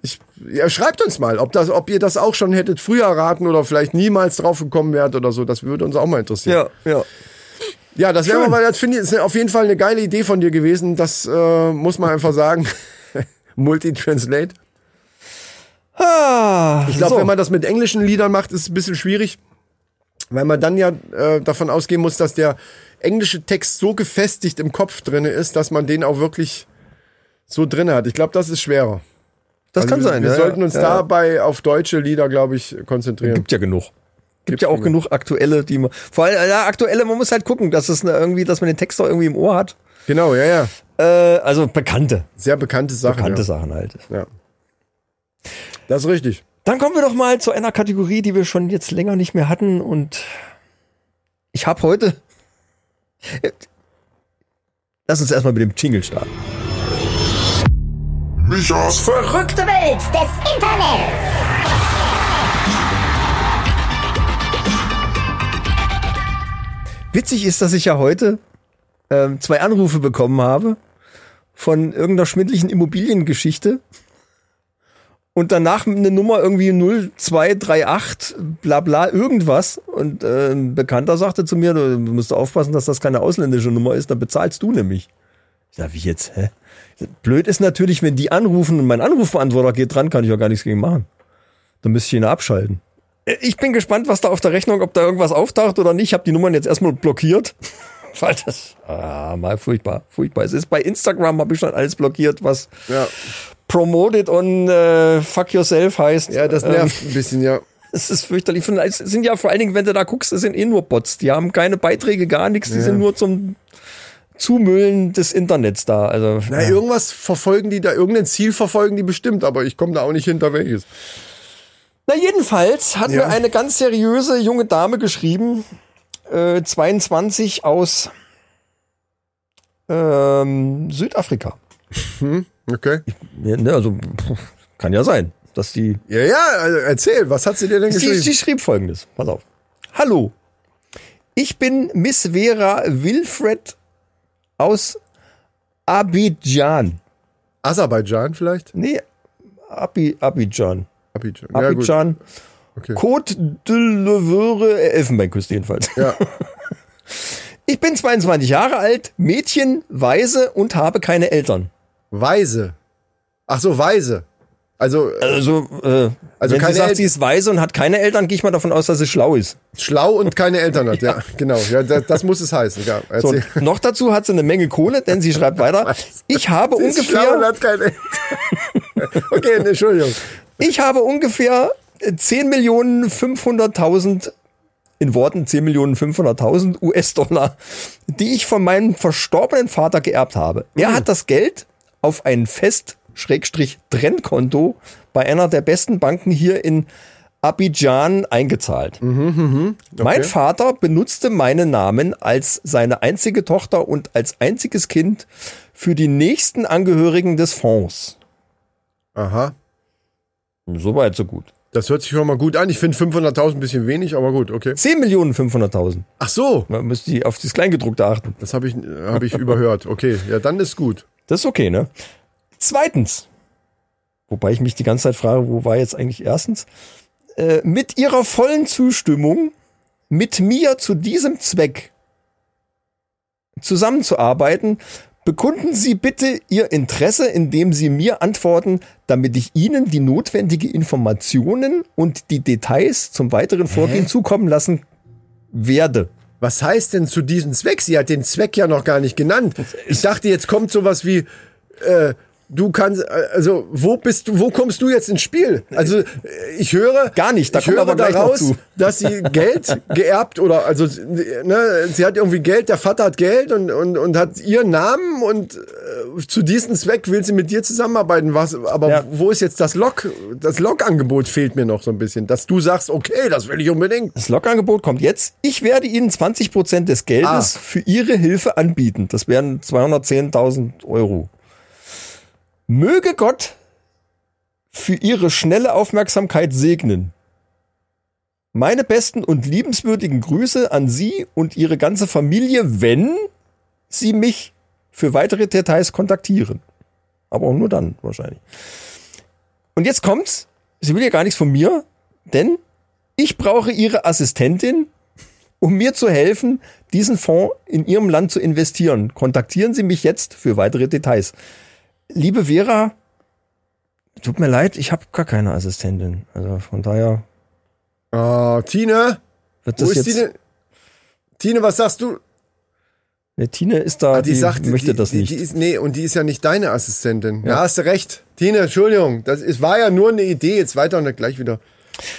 ich, ja, schreibt uns mal, ob, das, ob ihr das auch schon hättet früher erraten oder vielleicht niemals drauf gekommen wärt oder so. Das würde uns auch mal interessieren. ja. Ja, das wäre mal, das finde ich, ist auf jeden Fall eine geile Idee von dir gewesen. Das äh, muss man einfach sagen. Multitranslate. Ah, Ich glaube, wenn man das mit englischen Liedern macht, ist es ein bisschen schwierig, weil man dann ja äh, davon ausgehen muss, dass der englische Text so gefestigt im Kopf drinne ist, dass man den auch wirklich so drinne hat. Ich glaube, das ist schwerer. das Also kann wir, sein. Wir ja, sollten ja. uns ja. dabei auf deutsche Lieder, glaube ich, konzentrieren. Gibt ja genug. Gibt ja auch genug aktuelle, die man. Vor allem, ja, aktuelle, man muss halt gucken, dass es eine, irgendwie, dass man den Text doch irgendwie im Ohr hat. Genau, ja, ja. Äh, also bekannte, Sehr bekannte Sachen. bekannte ja. Sachen halt. Ja. Das ist richtig. Dann kommen wir doch mal zu einer Kategorie, die wir schon jetzt länger nicht mehr hatten und ich habe heute. Äh, Lass uns erstmal mit dem Jingle starten. Michas Verrückte Welt. des Internets. Witzig ist, dass ich ja heute ähm, zwei Anrufe bekommen habe von irgendeiner schwindlichen Immobiliengeschichte. und danach eine Nummer irgendwie 0238, bla bla, irgendwas. Und äh, ein Bekannter sagte zu mir, du musst aufpassen, dass das keine ausländische Nummer ist, dann bezahlst du nämlich. Ich sag, wie jetzt, hä? Ich sag, Blöd ist natürlich, wenn die anrufen und mein Anrufbeantworter geht dran, kann ich ja gar nichts gegen machen. Dann müsste ich ihn abschalten. Äh, Ich bin gespannt, was da auf der Rechnung, ob da irgendwas auftaucht oder nicht. Ich habe die Nummern jetzt erstmal blockiert. Weil das, ah, mal furchtbar, furchtbar. Es ist bei Instagram, habe ich schon alles blockiert, was Ja. promoted und äh, fuck yourself heißt. Ja, das nervt ein bisschen, ja. Es ist fürchterlich. Von- Es sind ja vor allen Dingen, wenn du da guckst, es sind eh nur Bots. Die haben keine Beiträge, gar nichts. Die sind nur zum Zumüllen des Internets da. Also Na, irgendwas verfolgen die da, irgendein Ziel verfolgen die bestimmt, aber ich komme da auch nicht hinter welches. Na, jedenfalls hat Ja. mir eine ganz seriöse junge Dame geschrieben, äh, 22 aus ähm, Südafrika. Okay. Ja, ne, also pff, kann ja sein, dass die Ja, ja, also erzähl, was hat sie dir denn Sie, geschrieben? sie schrieb folgendes: Pass auf. Hallo, ich bin Miss Vera Wilfred aus Abidjan. Aserbaidschan vielleicht? Nee, Abi, Abidjan. Abidjan. Ja, gut. Abidjan. Okay. Côte de l'Oeuvre, Elfenbeinküste jedenfalls. Ja. Ich bin 22 Jahre alt, Mädchen, Waise und habe keine Eltern. Weise. Ach so, Weise. Also äh, Also, äh, Also wenn keine sie sagt, El- sie ist weise und hat keine Eltern, gehe ich mal davon aus, dass sie schlau ist. schlau und keine Eltern hat. Ja, genau. Ja, das, das muss es heißen. Ja, So, erzähl. und noch dazu hat sie eine Menge Kohle, denn sie schreibt weiter, ich habe Sie ist schlau und ungefähr, hat keine Eltern. okay, nee, Entschuldigung. ich habe ungefähr 10 Millionen 500.000 in Worten 10 Millionen 500.000 US-Dollar, die ich von meinem verstorbenen Vater geerbt habe. Er hat das Geld auf ein Fest Schrägstrich Trennkonto bei einer der besten Banken hier in Abidjan eingezahlt. Mein Vater benutzte meinen Namen als seine einzige Tochter und als einziges Kind für die nächsten Angehörigen des Fonds. Aha. Soweit, so gut. Das hört sich schon mal gut an. Ich finde 500.000 ein bisschen wenig, aber gut, okay. 10 Millionen 500.000. Ach so, Man müsste die auf das Kleingedruckte achten. das habe ich, hab ich überhört. Okay, ja, dann ist gut. Das ist okay, ne? Zweitens, wobei ich mich die ganze Zeit frage, wo war jetzt eigentlich erstens, äh, mit ihrer vollen Zustimmung mit mir zu diesem Zweck zusammenzuarbeiten, bekunden Sie bitte Ihr Interesse, indem Sie mir antworten, damit ich Ihnen die notwendige Informationen und die Details zum weiteren Vorgehen zukommen lassen werde. Was heißt denn zu diesem Zweck? Sie hat den Zweck ja noch gar nicht genannt. Ich dachte, jetzt kommt sowas wie, äh, du kannst, äh, also wo bist du, wo kommst du jetzt ins Spiel? Also äh, ich höre Gar nicht, da ich kommt höre aber gleich noch daraus, zu. dass sie Geld geerbt oder also ne, sie hat irgendwie Geld, der Vater hat Geld und und, und hat ihren Namen und äh, zu diesem Zweck will sie mit dir zusammenarbeiten. Was? Aber Ja. wo ist jetzt das Log? Das Log-Angebot fehlt mir noch so ein bisschen, dass du sagst, okay, das will ich unbedingt. Das Logangebot kommt jetzt. Ich werde Ihnen 20% des Geldes Ah. für Ihre Hilfe anbieten. Das wären 210.000 Euro. Möge Gott für Ihre schnelle Aufmerksamkeit segnen. Meine besten und liebenswürdigen Grüße an Sie und Ihre ganze Familie, wenn Sie mich für weitere Details kontaktieren. Aber auch nur dann wahrscheinlich. Und jetzt kommt's. Sie will ja gar nichts von mir, denn ich brauche Ihre Assistentin, um mir zu helfen, diesen Fonds in Ihrem Land zu investieren. Kontaktieren Sie mich jetzt für weitere Details. Liebe Vera, tut mir leid, ich habe gar keine Assistentin. Also von daher Ah, Tine. wird das Wo ist jetzt. Tine? Tine, was sagst du? Ja, Tine ist da, Ah, die, möchte das Ah, die, nicht. Die ist, nee, und die ist ja nicht deine Assistentin. Ja, hast du recht. Tine, Entschuldigung, das ist, war ja nur eine Idee. Jetzt weiter und dann gleich wieder.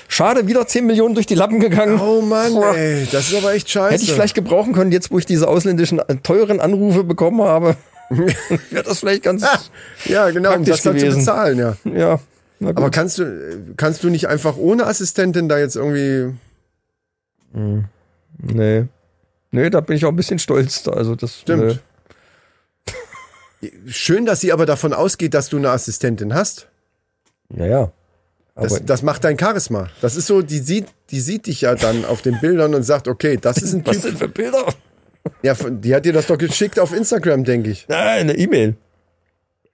Schade, wieder 10 Millionen durch die Lappen gegangen. Oh Mann, Boah. ey, das ist aber echt scheiße. Hätte ich vielleicht gebrauchen können, jetzt wo ich diese ausländischen äh, teuren Anrufe bekommen habe. Wäre das vielleicht ganz. Ah, ja, genau, um Praktisch das dann zu gewesen. bezahlen, ja. Ja. Na gut. Aber kannst du, kannst du nicht einfach ohne Assistentin da jetzt irgendwie. Nee. Nee, da bin ich auch ein bisschen stolz. Also das Stimmt. Schön, dass sie aber davon ausgeht, dass du eine Assistentin hast. Nee. äh, Ja, ja. Aber Das, das macht dein Charisma. Das ist so, die sieht, die sieht dich ja dann auf den Bildern und sagt, okay, das ist ein was Typ. sind für Bilder? Ja, von- die hat dir das doch geschickt auf Instagram, denke ich. Nein, eine E-Mail.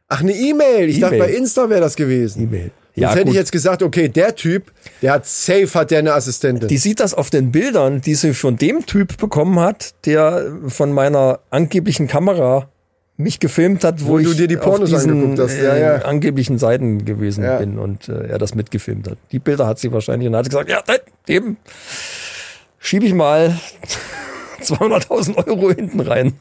Ach, eine E-Mail. Ich dachte, E-Mail. bei Insta wäre das gewesen. E-Mail. Ja, hätte gut. ich jetzt gesagt, okay, der Typ, der hat safe, hat der eine Assistentin. Die sieht das auf den Bildern, die sie von dem Typ bekommen hat, der von meiner angeblichen Kamera mich gefilmt hat, wo, Wo ich du dir die Pornos auf diesen, angeguckt hast. Ja, ja. Äh, angeblichen Seiten gewesen Ja. bin und äh, er das mitgefilmt hat. Die Bilder hat sie wahrscheinlich und hat gesagt, ja, nein, dem schiebe ich mal 200.000 Euro hinten rein.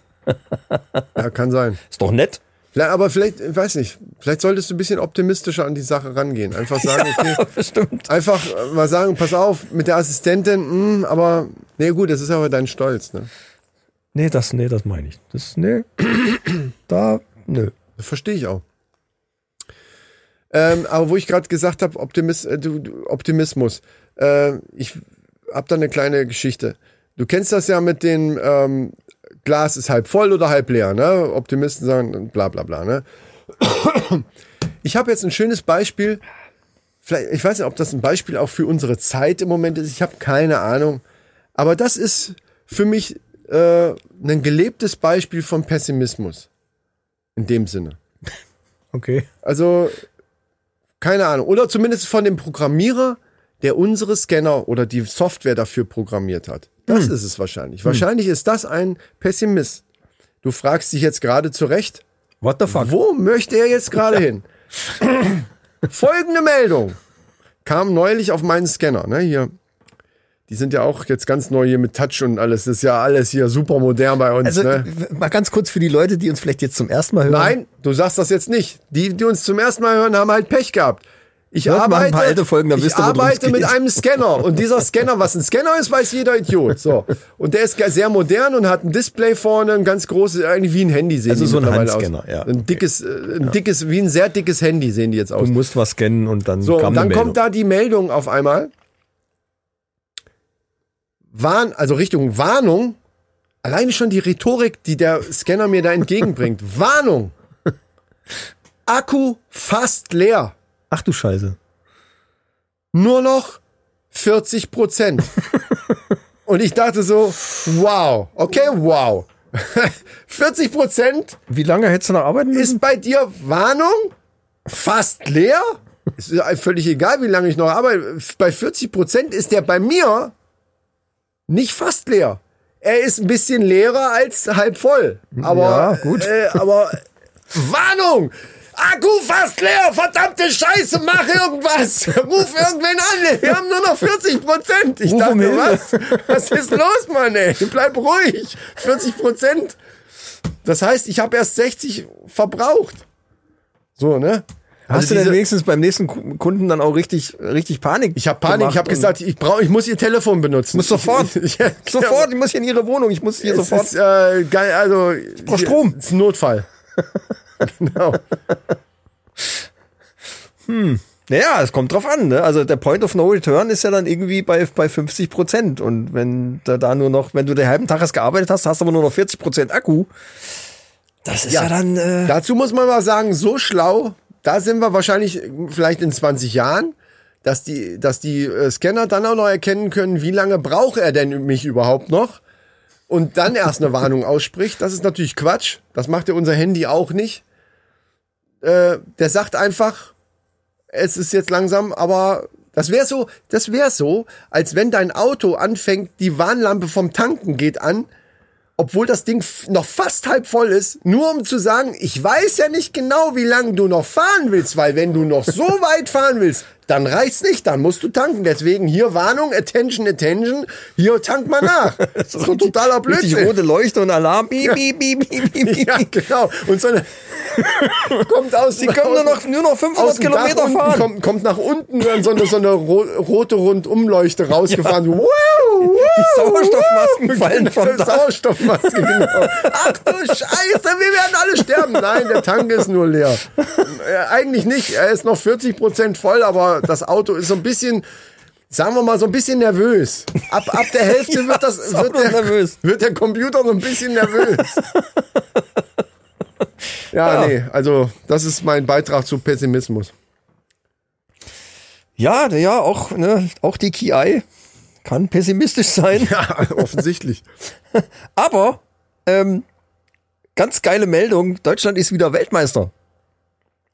ja, kann sein. Ist doch nett. Vielleicht, aber vielleicht, ich weiß nicht, vielleicht solltest du ein bisschen optimistischer an die Sache rangehen. Einfach sagen, okay, Bestimmt. einfach äh, mal sagen, pass auf, mit der Assistentin, mh, aber, nee, gut, das ist aber dein Stolz, ne? Nee, das, nee, das meine ich. Das, nee. da, nö. Das verstehe ich auch. Ähm, aber wo ich gerade gesagt habe, Optimis äh, du, du, Optimismus, äh, ich habe da eine kleine Geschichte. Du kennst das ja mit den ähm, Glas ist halb voll oder halb leer, ne? Optimisten sagen bla bla bla, ne? Ich habe jetzt ein schönes Beispiel. Vielleicht, ich weiß nicht, ob das ein Beispiel auch für unsere Zeit im Moment ist. Ich habe keine Ahnung. Aber das ist für mich äh, ein gelebtes Beispiel von Pessimismus. In dem Sinne. Okay. Also, keine Ahnung. Oder zumindest von dem Programmierer, der unsere Scanner oder die Software dafür programmiert hat. Das ist es wahrscheinlich. Wahrscheinlich ist das ein Pessimist. Du fragst dich jetzt gerade zu Recht, What the fuck? wo möchte er jetzt gerade hin? Folgende Meldung kam neulich auf meinen Scanner, ne, hier. Die sind ja auch jetzt ganz neu hier mit Touch und alles. Das ist ja alles hier super modern bei uns, Also, ne? mal ganz kurz für die Leute, die uns vielleicht jetzt zum ersten Mal hören. Nein, du sagst das jetzt nicht. Die, die uns zum ersten Mal hören, haben halt Pech gebt. Ich Hört mal ein arbeite, paar alte Folgen, dann ich wisst ihr, worum's arbeite mit geht. einem Scanner. Und dieser Scanner, was ein Scanner ist, weiß jeder Idiot. So. Und der ist sehr modern und hat ein Display vorne, ein ganz großes, eigentlich wie ein Handy sehen Also die so ein mittlerweile Handscanner, aus. ja. Ein dickes, äh, ein dickes, wie ein sehr dickes Handy sehen die jetzt aus. Du musst was scannen und dann So, kam und dann eine Meldung. kommt da die Meldung auf einmal. Warn, also Richtung Warnung. Alleine schon die Rhetorik, die der Scanner mir da entgegenbringt. Warnung. Akku fast leer. Ach du Scheiße. Nur noch 40 Prozent. Und ich dachte so, wow, okay, wow. 40 Prozent Wie lange hättest du noch arbeiten müssen? ist bei dir Warnung? Fast leer? Ist ja völlig egal, wie lange ich noch arbeite. Bei 40 Prozent ist der bei mir nicht fast leer. Er ist ein bisschen leerer als halb voll. Aber, Ja, gut. Äh, aber Warnung! Akku fast leer! Verdammte Scheiße, mach irgendwas! Ruf irgendwen an! Wir haben nur noch 40 Prozent! Ich Ruf um dachte, Hilfe. was? Was ist los, Mann, ey? Bleib ruhig! 40 Prozent! Das heißt, ich habe erst 60 verbraucht. So, ne? Hast Also du denn diese- wenigstens beim nächsten Ku- Kunden dann auch richtig, richtig Panik? Ich habe Panik, ich habe gesagt, ich brauche, ich muss ihr Telefon benutzen. Muss sofort. ja, sofort, ich muss hier in ihre Wohnung, ich muss hier Es sofort. Ist, äh, geil, also ich brauch Strom. Ist ein Notfall. genau. Naja, es kommt drauf an, ne? Also der Point of No Return ist ja dann irgendwie bei, bei 50 Prozent. Und wenn da, da nur noch, wenn du den halben Tag hast gearbeitet hast, hast du aber nur noch 40 Prozent Akku. Das ist ja, dann, äh, Dazu muss man mal sagen, so schlau, da sind wir wahrscheinlich äh, vielleicht in 20 Jahren, dass die, dass die äh, Scanner dann auch noch erkennen können, wie lange braucht er denn mich überhaupt noch? Und dann erst eine Warnung ausspricht. Das ist natürlich Quatsch. Das macht ja unser Handy auch nicht. Äh, der sagt einfach, es ist jetzt langsam, aber das wäre so, das wäre so, als wenn dein Auto anfängt, die Warnlampe vom Tanken geht an, obwohl das Ding f- noch fast halb voll ist, nur um zu sagen, ich weiß ja nicht genau, wie lange du noch fahren willst, weil wenn du noch so weit fahren willst, dann reicht's nicht, dann musst du tanken. Deswegen hier Warnung, Attention, Attention, hier tank mal nach. Das ist doch totaler richtig Blödsinn. rote Leuchte und Alarm. Bi, bi, bi, bi, bi, bi. Ja, genau. Und so eine kommt aus. Sie können nur noch, nur noch aus 500 dem Dach Kilometer unten, fahren. Kommt, kommt nach unten dann so eine, so eine ro rote Rundumleuchte rausgefahren. Wow, wow, Die Sauerstoffmasken fallen vom Dach. Sauerstoffmaske, genau. Ach du Scheiße, wir werden alle sterben. Nein, der Tank ist nur leer. Äh, eigentlich nicht. Er ist noch 40 Prozent voll, aber das Auto ist so ein bisschen, sagen wir mal, so ein bisschen nervös. Ab, ab der Hälfte Ja, wird, das, das wird, Auto der, ist nervös. wird der Computer so ein bisschen nervös. Ja, Ja. nee, also das ist mein Beitrag zu Pessimismus. Ja, na ja, auch, ne, auch die KI kann pessimistisch sein. Ja, offensichtlich. Aber ähm, ganz geile Meldung: Deutschland ist wieder Weltmeister.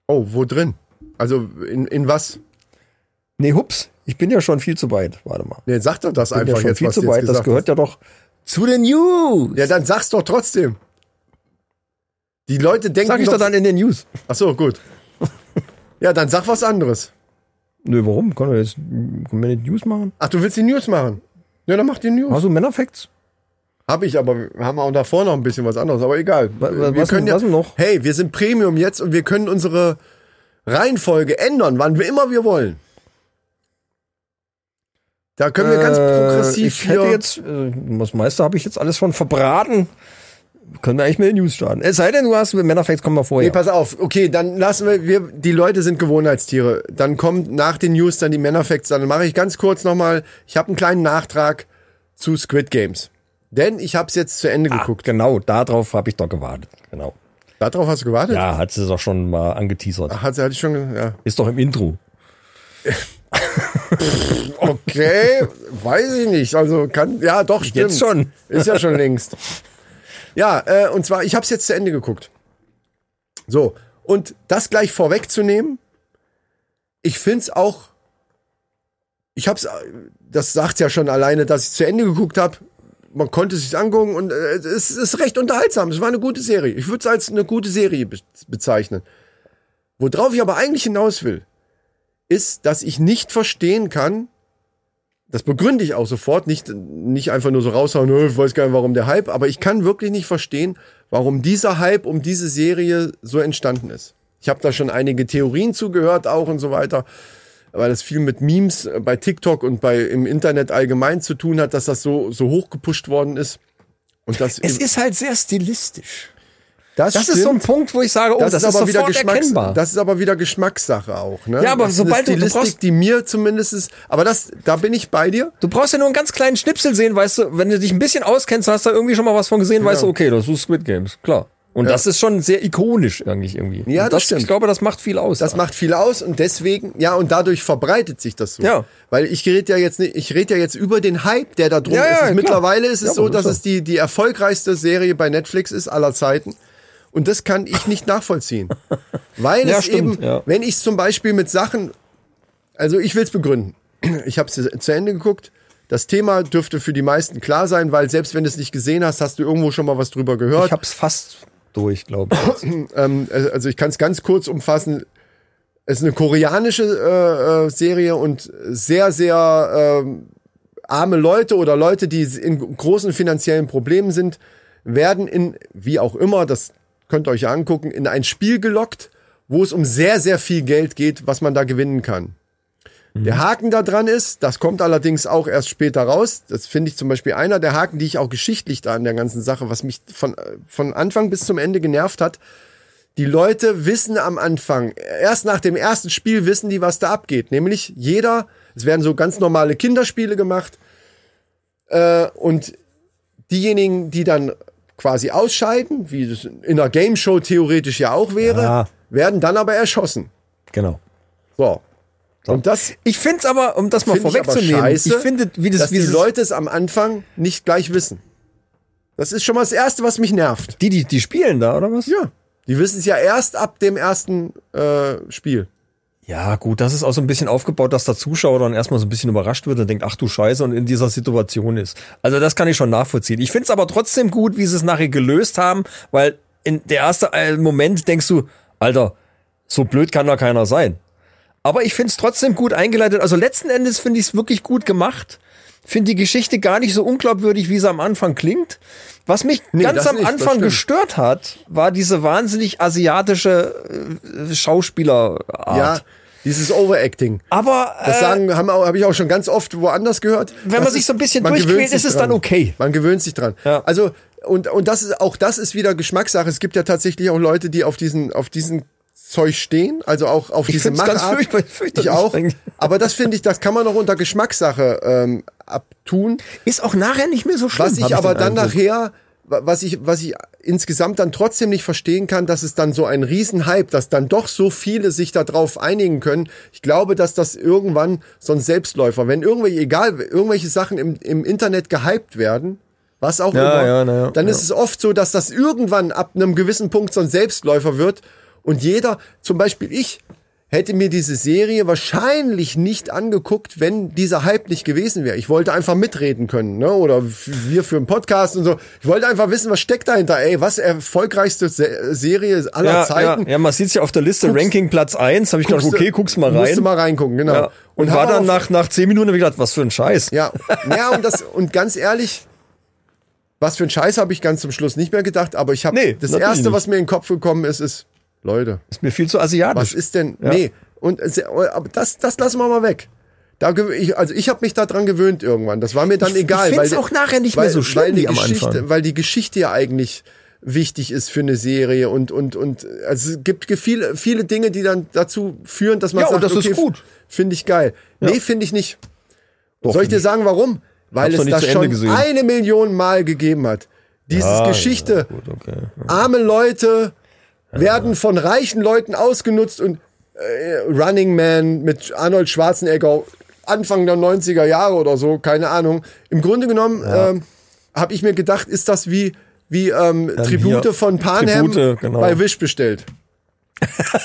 Oh, wo drin? Also in, in was? Nee, hups, ich bin ja schon viel zu weit. Warte mal. Nee, sag doch das Ich bin ja einfach schon jetzt, viel was zu du jetzt weit. Das gesagt gehört ja doch zu den News. hast. Ja, dann sag's doch trotzdem. Die Leute denken Sag ich doch dann in den News. Ach so, gut. Ja, dann sag was anderes. Nö, warum? Können wir jetzt können wir nicht News machen? Ach, du willst die News machen? Ja, dann mach die News. Hast du Männerfacts? Hab ich, aber wir haben auch davor noch ein bisschen was anderes, aber egal. Wa- wa- Äh, was denn- was denn noch? Hey, wir sind Premium jetzt und wir können unsere Reihenfolge ändern, wann wir immer wir wollen. Da können wir ganz progressiv Äh, ich hätte hier- jetzt, äh, das meiste habe ich jetzt alles schon verbraten. Können wir eigentlich mit den News starten. Es sei denn, du hast, Männerfacts kommen wir Nee, vorher. pass auf. Okay, dann lassen wir, wir, die Leute sind Gewohnheitstiere. Dann kommt nach den News dann die Männerfacts. Dann mache ich ganz kurz nochmal, ich habe einen kleinen Nachtrag zu Squid Games. Denn ich habe es jetzt zu Ende Ah, geguckt. genau, darauf habe ich doch gewartet. Genau. Darauf hast du gewartet? Ja, hat sie doch schon mal angeteasert. Hat, hatte ich schon, ge- ja. Ist doch im Intro. Okay, weiß ich nicht. Also kann, ja doch, stimmt. Jetzt schon. Ist ja schon längst. Ja, äh, und zwar, ich habe es jetzt zu Ende geguckt. So, und das gleich vorwegzunehmen, ich finde es auch, ich habe es, das sagt ja schon alleine, dass ich zu Ende geguckt habe. Man konnte es sich angucken und äh, es ist recht unterhaltsam. Es war eine gute Serie. Ich würde es als eine gute Serie be bezeichnen. Worauf ich aber eigentlich hinaus will, ist, dass ich nicht verstehen kann, das begründe ich auch sofort, nicht, nicht einfach nur so raushauen, "Nö, ich weiß gar nicht, warum der Hype, aber ich kann wirklich nicht verstehen, warum dieser Hype um diese Serie so entstanden ist. Ich habe da schon einige Theorien zugehört auch und so weiter, weil das viel mit Memes bei TikTok und bei im Internet allgemein zu tun hat, dass das so, so hochgepusht worden ist. Und das, Es ist halt sehr stilistisch. das, Das ist stimmt. so ein Punkt, wo ich sage, oh, das, ist, aber wieder erkennbar. Das ist aber wieder Geschmackssache auch. Ne? Ja, aber das ist eine sobald du- du Stilistik, brauchst- die mir zumindest ist, aber das, da bin ich bei dir. Du brauchst ja nur einen ganz kleinen Schnipsel sehen, weißt du, wenn du dich ein bisschen auskennst, hast du da irgendwie schon mal was von gesehen, weißt du, okay, das ist Squid Games, klar. Und das ist schon sehr ikonisch irgendwie. irgendwie. Ja, Und das stimmt. Ich glaube, das macht viel aus. Das macht viel aus und deswegen, ja, und dadurch verbreitet sich das so. Ja. Weil ich rede ja jetzt nicht, ich rede ja jetzt über den Hype, der da drum Ja, ja, ist. klar. Mittlerweile ist es Ja, so, das dass ist es die, die erfolgreichste Serie bei Netflix ist aller Zeiten. Und das kann ich nicht nachvollziehen. Weil Ja, es stimmt, eben, ja. wenn ich zum Beispiel mit Sachen, also ich will es begründen. Ich habe es zu Ende geguckt. Das Thema dürfte für die meisten klar sein, weil selbst wenn du es nicht gesehen hast, hast du irgendwo schon mal was drüber gehört. ich hab's fast durch, glaube ich. Ähm, also ich kann es ganz kurz umfassen. Es ist eine koreanische äh, äh, Serie und sehr, sehr ähm, arme Leute oder Leute, die in großen finanziellen Problemen sind, werden in, wie auch immer, das könnt ihr euch ja angucken, in ein Spiel gelockt, wo es um sehr, sehr viel Geld geht, was man da gewinnen kann. Der Haken da dran ist, das kommt allerdings auch erst später raus. Das finde ich zum Beispiel einer der Haken, die ich auch geschichtlich da an der ganzen Sache, was mich von, äh, von Anfang bis zum Ende genervt hat, die Leute wissen am Anfang, erst nach dem ersten Spiel wissen die, was da abgeht. Nämlich jeder, es werden so ganz normale Kinderspiele gemacht. Äh, und diejenigen, die dann quasi ausscheiden, wie das in einer Game Show theoretisch ja auch wäre, Ja. werden dann aber erschossen. genau. So. Und das Ich finde es aber, um das mal finde ich aber vorwegzunehmen, scheiße, ich finde, wie das, dass wie die das Leute es am Anfang nicht gleich wissen. Das ist schon mal das Erste, was mich nervt. die, die, die spielen da, oder was? Ja. Die wissen es ja erst ab dem ersten äh, Spiel. Ja, gut, das ist auch so ein bisschen aufgebaut, dass der Zuschauer dann erstmal so ein bisschen überrascht wird und denkt, ach du Scheiße, und in dieser Situation ist. Also das kann ich schon nachvollziehen. Ich find's aber trotzdem gut, wie sie es nachher gelöst haben, weil in der erste äh, Moment denkst du, Alter, so blöd kann da keiner sein. Aber ich find's trotzdem gut eingeleitet. Also letzten Endes finde ich's wirklich gut gemacht. Finde die Geschichte gar nicht so unglaubwürdig, wie sie am Anfang klingt. Was mich ganz das am nicht, das Anfang stimmt. gestört hat, war diese wahnsinnig asiatische äh, Schauspielerart. Ja, dieses Overacting. Aber Das äh, sagen, haben auch- habe ich auch schon ganz oft woanders gehört. Wenn man Das sich so ein bisschen man gewöhnt durchquält, sich ist es dran. dann okay. Man gewöhnt sich dran. Ja. Also und und das ist auch das ist wieder Geschmackssache. Es gibt ja tatsächlich auch Leute, die auf diesen auf diesen Zeug stehen, also auch auf diese find's ganz Machart. furchtbar- ich fürchterlich auch. eigentlich. Aber das finde ich, das kann man noch unter Geschmackssache ähm, abtun. ist auch nachher nicht mehr so schlimm. Was hab ich aber den dann Eindruck. nachher, wa- was ich, was ich insgesamt dann trotzdem nicht verstehen kann, dass es dann so ein Riesenhype, dass dann doch so viele sich darauf einigen können. Ich glaube, dass das irgendwann so ein Selbstläufer, wenn irgendwelche, egal, irgendwelche Sachen im, im Internet gehypt werden, was auch Ja, immer, ja, na ja, dann ist es oft so, dass das irgendwann ab einem gewissen Punkt so ein Selbstläufer wird und jeder, zum Beispiel ich, hätte mir diese Serie wahrscheinlich nicht angeguckt, wenn dieser Hype nicht gewesen wäre. Ich wollte einfach mitreden können, ne? Oder f- wir für einen Podcast und so. Ich wollte einfach wissen, was steckt dahinter. Ey, was erfolgreichste Se Serie aller Ja, Zeiten. ja, ja, man sieht's ja auf der Liste, Ranking Platz 1, habe ich gedacht, Guckst du- okay, guck's mal musst rein. du mal reingucken, genau. ja. Und, hab war aber dann auf- nach, nach 10 Minuten hab ich gedacht, was für ein Scheiß. Ja, ja und, das, und ganz ehrlich, was für ein Scheiß habe ich ganz zum Schluss nicht mehr gedacht, aber ich habe Nee, das natürlich Erste, nicht. was mir in den Kopf gekommen ist, ist, Leute, Ist mir viel zu asiatisch. was ist denn, nee, und es- aber das, das lassen wir mal weg. Da, gew- ich, also ich habe mich daran gewöhnt irgendwann. Das war mir dann Ich- ich egal. find's weil- auch nachher nicht mehr so schlimm weil die wie am Geschichte, Anfang. Weil die Geschichte ja eigentlich wichtig ist für eine Serie und und und also es gibt ge- viele viele Dinge, die dann dazu führen, dass man Ja, und sagt, das ist okay, gut. finde ich geil. Nee, finde ich nicht. Soll ich dir sagen, warum? Weil Hab's noch es nicht das zu Ende schon gesehen. eine Million Mal gegeben hat. Dieses Geschichte. okay. Arme Leute werden von reichen Leuten ausgenutzt und äh, Running Man mit Arnold Schwarzenegger Anfang der 90er Jahre oder so, keine Ahnung. Im Grunde genommen ähm, habe ich mir gedacht, ist das wie, wie ähm, Tribute hier, von Panham Tribute, genau. bei Wish bestellt.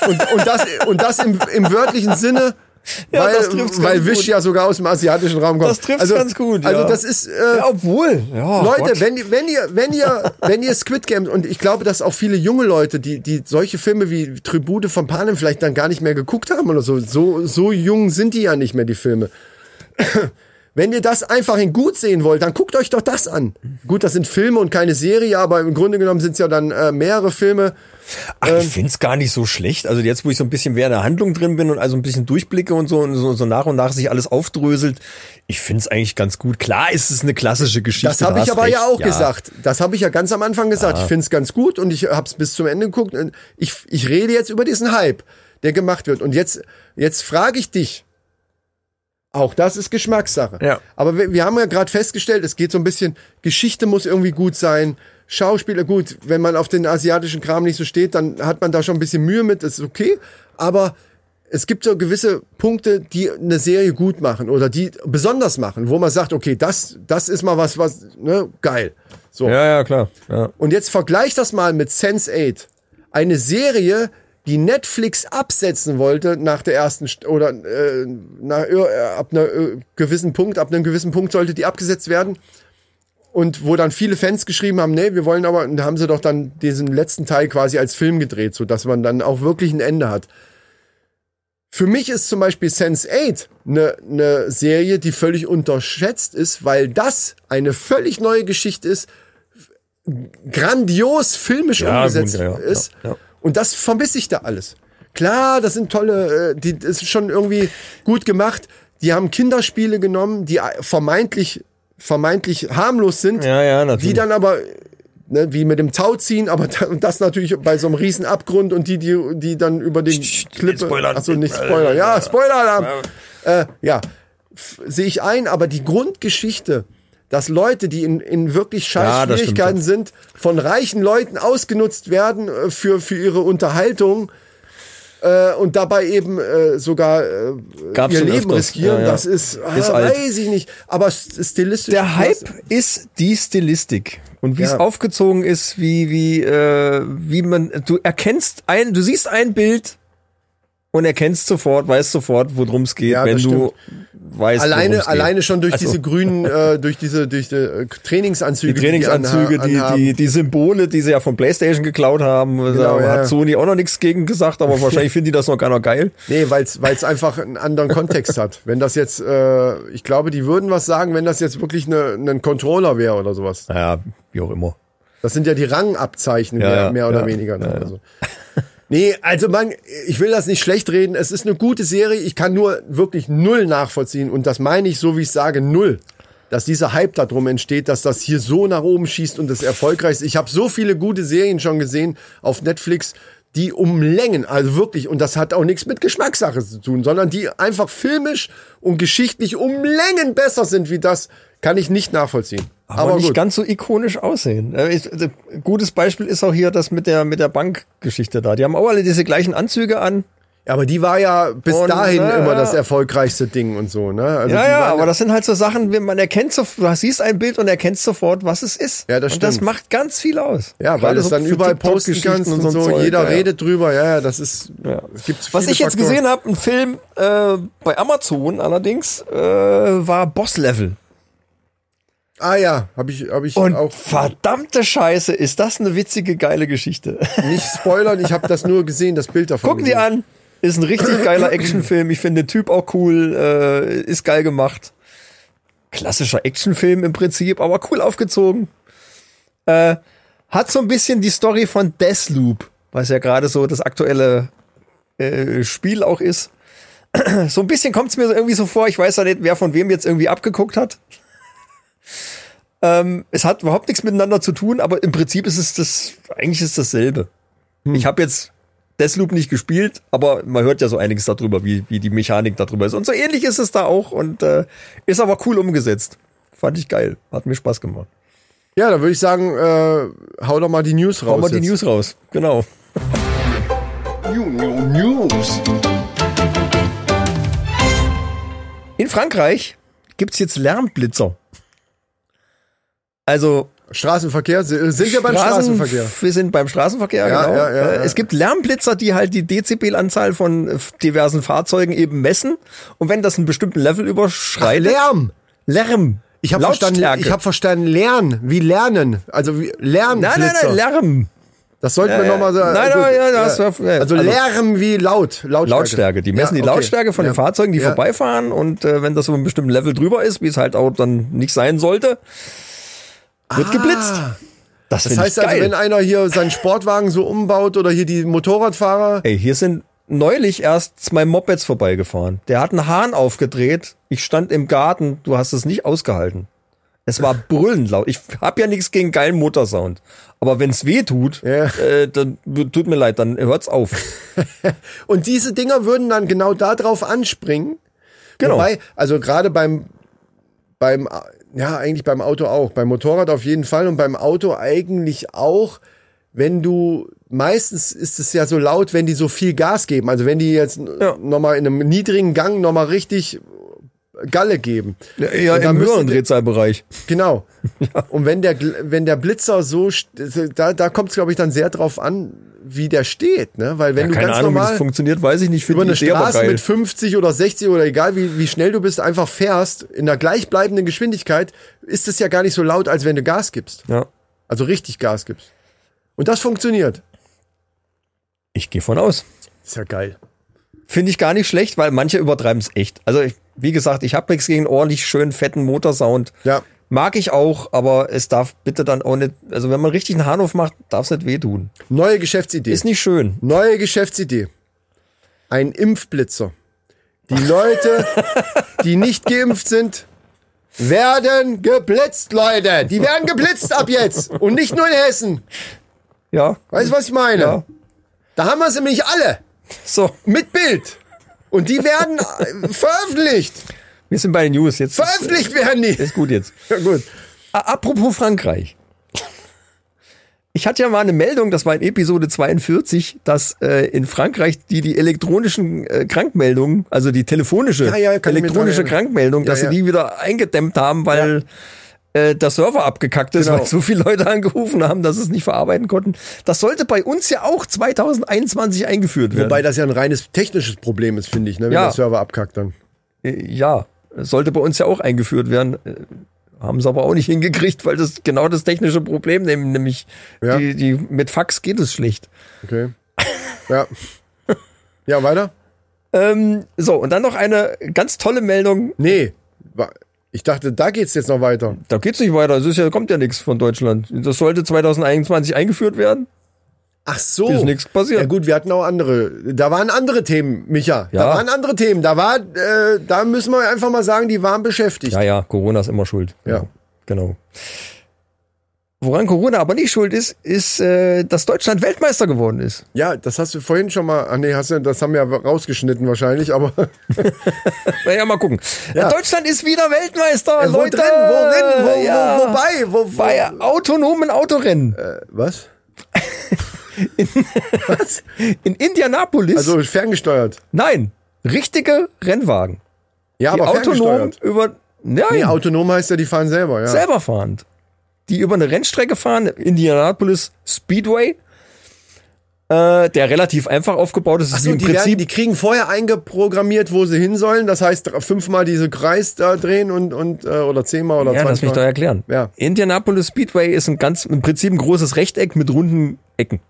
und, und das, und das im, im wörtlichen Sinne, Ja, weil, äh, das trifft's ganz weil Wish gut. ja sogar aus dem asiatischen Raum kommt. Das trifft's ganz gut, Also ja. das ist... Äh, Ja, obwohl, ja, oh Leute, Gott. wenn, ihr- wenn ihr, wenn ihr, wenn ihr Squid Game und ich glaube, dass auch viele junge Leute, die, die solche Filme wie Tribute von Panem vielleicht dann gar nicht mehr geguckt haben oder so, so, so jung sind die ja nicht mehr, die Filme. Wenn ihr das einfach in gut sehen wollt, dann guckt euch doch das an. Gut, das sind Filme und keine Serie, aber im Grunde genommen sind es ja dann äh, mehrere Filme. ähm, Ach, ich find's gar nicht so schlecht. Also jetzt, wo ich so ein bisschen mehr in der Handlung drin bin und also ein bisschen durchblicke und so und so, so nach und nach sich alles aufdröselt, ich find's eigentlich ganz gut. Klar ist es eine klassische Geschichte. Das da habe ich hast aber ja recht, auch gesagt. Das habe ich ja ganz am Anfang gesagt. Ich finde es ganz gut und ich habe es bis zum Ende geguckt. Und Ich, ich rede jetzt über diesen Hype, der gemacht wird. Und jetzt, jetzt frage ich dich. Auch das ist Geschmackssache. Ja. Aber wir, wir haben ja gerade festgestellt, es geht so ein bisschen, Geschichte muss irgendwie gut sein. Schauspieler gut, wenn man auf den asiatischen Kram nicht so steht, dann hat man da schon ein bisschen Mühe mit, das ist okay. Aber es gibt so gewisse Punkte, die eine Serie gut machen oder die besonders machen, wo man sagt, okay, das, das ist mal was, was, ne, geil. So. Ja, ja, klar. Ja. Und jetzt vergleich das mal mit Sense8. Eine Serie, die Netflix absetzen wollte nach der ersten St oder äh, nach, äh, ab einer äh, gewissen Punkt, ab einem gewissen Punkt sollte die abgesetzt werden. Und wo dann viele Fans geschrieben haben, nee, wir wollen aber, und da haben sie doch dann diesen letzten Teil quasi als Film gedreht, so dass man dann auch wirklich ein Ende hat. Für mich ist zum Beispiel Sense8 eine ne Serie, die völlig unterschätzt ist, weil das eine völlig neue Geschichte ist, grandios filmisch Ja, umgesetzt gut, ja, ja, ist. ja, ja. Und das vermisse ich da alles. Klar, das sind tolle, äh, die das ist schon irgendwie gut gemacht. Die haben Kinderspiele genommen, die äh, vermeintlich vermeintlich harmlos sind, Ja, ja, natürlich. die dann aber ne, wie mit dem Tauziehen, aber da- das natürlich bei so einem riesen Abgrund und die die die dann über den Psst, nicht Klippe, spoilern. Äh, achso nicht Spoiler, ja Spoiler-Alarm, äh, ja F- sehe ich ein, aber die Grundgeschichte, dass Leute, die in, in wirklich Ja, scheiß das stimmt Schwierigkeiten sind, von reichen Leuten ausgenutzt werden äh, für für ihre Unterhaltung äh, und dabei eben äh, sogar äh, Gab's ihr schon Leben öfters. riskieren, Ja, ja. das ist, Ist ah, alt. weiß ich nicht, aber s- stilistisch Der Hype ist die Stilistik. Und wie es Ja. aufgezogen ist, wie, wie, äh, wie man, du erkennst ein, du siehst ein Bild und erkennst sofort, weißt sofort, worum es geht, Ja, wenn das du weißt, worum's Alleine, geht. alleine schon durch Also, diese grünen, äh, durch diese, durch die äh, Trainingsanzüge. die die, Trainingsanzüge, die, anha- die, anhaben. die Symbole, die sie ja von PlayStation geklaut haben, da ja, hat ja. Sony auch noch nichts gegen gesagt, aber wahrscheinlich finden die das noch gar noch geil. Nee, weil's, weil's einfach einen anderen Kontext hat. Wenn das jetzt, äh, ich glaube, die würden was sagen, wenn das jetzt wirklich eine, ein Controller wäre oder sowas. Naja, wie auch immer. Das sind ja die Rangabzeichen, Ja, mehr, ja, mehr oder ja. weniger. ne? Also. Nee, also man, ich will das nicht schlecht reden. Es ist eine gute Serie. Ich kann nur wirklich null nachvollziehen. Und das meine ich so, wie ich sage, null. Dass dieser Hype darum entsteht, dass das hier so nach oben schießt und das erfolgreich ist. Ich habe so viele gute Serien schon gesehen auf Netflix, die um Längen, also wirklich, und das hat auch nichts mit Geschmackssache zu tun, sondern die einfach filmisch und geschichtlich um Längen besser sind wie das, kann ich nicht nachvollziehen. aber, nicht gut. ganz so ikonisch aussehen. Äh, ich- äh, Gutes Beispiel ist auch hier das mit der mit der Bankgeschichte da. Die haben auch alle diese gleichen Anzüge an. Aber die war ja bis Und, dahin äh, immer ja. das erfolgreichste Ding und so, ne? Also Ja, die ja, waren- aber das sind halt so Sachen, wenn man erkennt, so, du siehst ein Bild und erkennst sofort, was es ist. Ja, das Und das stimmt. macht ganz viel aus. Ja, weil Gerade es so dann für überall TikTok posten Geschichten kannst und, ein so. Zeug, Jeder ja. redet drüber. Ja, ja, das ist. Es gibt Was viele ich jetzt Faktoren. gesehen habe, ein Film äh, bei Amazon allerdings, äh, war Boss Level. Ah ja, habe ich, hab ich Und auch verdammte Scheiße, ist das eine witzige, geile Geschichte. nicht spoilern. Ich habe das nur gesehen, das Bild davon. Gucken die gesehen. an. Ist ein richtig geiler Actionfilm. Ich finde den Typ auch cool. Äh, ist geil gemacht. Klassischer Actionfilm im Prinzip, aber cool aufgezogen. Äh, hat so ein bisschen die Story von Deathloop, was ja gerade so das aktuelle äh, Spiel auch ist. So ein bisschen kommt es mir so irgendwie so vor. Ich weiß ja nicht, wer von wem jetzt irgendwie abgeguckt hat. Ähm, es hat überhaupt nichts miteinander zu tun, aber im Prinzip ist es das, eigentlich ist dasselbe. Hm. Ich habe jetzt Deathloop nicht gespielt, aber man hört ja so einiges darüber, wie, wie die Mechanik darüber ist. Und so ähnlich ist es da auch und äh, ist aber cool umgesetzt. Fand ich geil. Hat mir Spaß gemacht. Ja, dann würde ich sagen, äh, hau doch mal die News raus. Hauen wir die jetzt. News raus. Genau. New, new News. In Frankreich gibt's jetzt Lärmblitzer. Also Straßenverkehr. Sind sind wir beim Straßen- Straßenverkehr? Wir sind beim Straßenverkehr, Ja, genau. ja, ja, Äh, ja. Es gibt Lärmblitzer, die halt die Dezibel-Anzahl von äh, diversen Fahrzeugen eben messen. Und wenn das einen bestimmten Level überschreitet. Lärm. Lärm. Ich habe verstanden, Lautstärke. ich hab verstanden, lernen, wie lernen. Also wie lernen. Nein, nein, nein, Lärm. Das sollten wir Ja, nochmal ja. sagen. Nein, Also, nein, ja, das war- ja. also Also- Lärm wie laut. Lautstärke. Lautstärke. Die messen Ja, die okay. Lautstärke von ja. den Fahrzeugen, die ja. vorbeifahren. Und äh, wenn das über einem bestimmten Level drüber ist, wie es halt auch dann nicht sein sollte, wird geblitzt. Das, Ah. Das find heißt ich also, geil. wenn einer hier seinen Sportwagen so umbaut oder hier die Motorradfahrer, Ey, hier sind neulich erst zwei Mopeds vorbeigefahren. Der hat einen Hahn aufgedreht. Ich stand im Garten. Du hast es nicht ausgehalten. Es war brüllend laut. Ich habe ja nichts gegen geilen Motorsound. Aber wenn's weh tut, Ja. äh, dann tut mir leid, dann hört's auf. Und diese Dinger würden dann genau darauf anspringen. Genau. Wobei, also gerade beim, beim, ja, eigentlich beim Auto auch, beim Motorrad auf jeden Fall und beim Auto eigentlich auch, wenn du, meistens ist es ja so laut, wenn die so viel Gas geben. Also wenn die jetzt Ja. nochmal in einem niedrigen Gang nochmal richtig Galle geben. Ja, Und dann im müsste höheren der- Drehzahlbereich. Genau. Und wenn der, Gl- wenn der Blitzer so, st- da, da kommt es glaube ich dann sehr drauf an, wie der steht, ne? Weil wenn Ja, du keine ganz Ahnung, wie normal das funktioniert, weiß ich nicht. Find über eine die Idee aber Straße geil. mit 50 oder 60 oder egal wie, wie schnell du bist, einfach fährst, in der gleichbleibenden Geschwindigkeit, ist es ja gar nicht so laut, als wenn du Gas gibst. Ja. Also richtig Gas gibst. Und das funktioniert. Ich gehe von aus. Ist ja geil. Finde ich gar nicht schlecht, weil manche übertreiben es echt. Also, ich, wie gesagt, ich habe nichts gegen ordentlich schönen, fetten Motorsound. Ja. Mag ich auch, aber es darf bitte dann auch nicht, also wenn man richtig einen Hahnhof macht, darf es nicht wehtun. Neue Geschäftsidee. Ist nicht schön. Neue Geschäftsidee. Ein Impfblitzer. Die Leute, die nicht geimpft sind, werden geblitzt, Leute. Die werden geblitzt ab jetzt. Und nicht nur in Hessen. Ja, Weißt du, was ich meine? Ja. Da haben wir sie nämlich alle. so. mit Bild. Und die werden äh, veröffentlicht. Wir sind bei den News. Jetzt ist, Veröffentlicht werden die. ist gut jetzt. Ja, gut. A- Apropos Frankreich. Ich hatte ja mal eine Meldung, das war in Episode 42, dass äh, in Frankreich die die elektronischen äh, Krankmeldungen, also die telefonische Ja, ja, kann ich mir elektronische dran erinnern. Krankmeldung, dass ja. sie die wieder eingedämmt haben, weil äh, der Server abgekackt ist, Genau. weil so viele Leute angerufen haben, dass sie es nicht verarbeiten konnten. Das sollte bei uns ja auch 2021 eingeführt werden. Wobei das ja ein reines technisches Problem ist, finde ich, ne, wenn Ja. der Server abkackt dann. Äh, ja, es sollte bei uns ja auch eingeführt werden. Äh, Haben sie aber auch nicht hingekriegt, weil das genau das technische Problem, nehm- nämlich Ja. die, die, mit Fax geht es schlecht. Okay. Ja. Ja, weiter? Ähm, so, und dann noch eine ganz tolle Meldung. Nee. Wa- Ich dachte, da geht's jetzt noch weiter. Da geht's nicht weiter, es ist ja, kommt ja nichts von Deutschland. Das sollte 2021 eingeführt werden. Ach so. Ist nichts passiert. Ja gut, wir hatten auch andere. Da waren andere Themen, Micha. Da Ja. waren andere Themen. Da war, äh, da müssen wir einfach mal sagen, die waren beschäftigt. Ja, ja, Corona ist immer schuld. Ja. Genau. Woran Corona aber nicht schuld ist, ist, äh, dass Deutschland Weltmeister geworden ist. Ja, das hast du vorhin schon mal. Ah nee, hast du, das haben wir rausgeschnitten wahrscheinlich, aber. Naja, mal gucken. Ja. Deutschland ist wieder Weltmeister, Äh, wo Leute! drin? Worin? Wo, Ja. wo, Äh. wobei? Wo, wo, bei autonomen Autorennen. Was? in, in Indianapolis. Also ferngesteuert. nein, richtige Rennwagen. Ja, Die aber autonom ferngesteuert. über, nein, Nee, autonom heißt ja, die fahren selber, ja. selber fahrend. Die über eine Rennstrecke fahren, Indianapolis Speedway, äh, der relativ einfach aufgebaut ist. Es Ach ist so, im die, Prinzip werden, die kriegen vorher eingeprogrammiert, wo sie hin sollen. Das heißt, dr- fünfmal diese Kreis da drehen und, und äh, oder zehnmal oder Ja, lass mich zwanzigmal. doch erklären. Ja. Indianapolis Speedway ist ein ganz, im Prinzip ein großes Rechteck mit runden Ecken.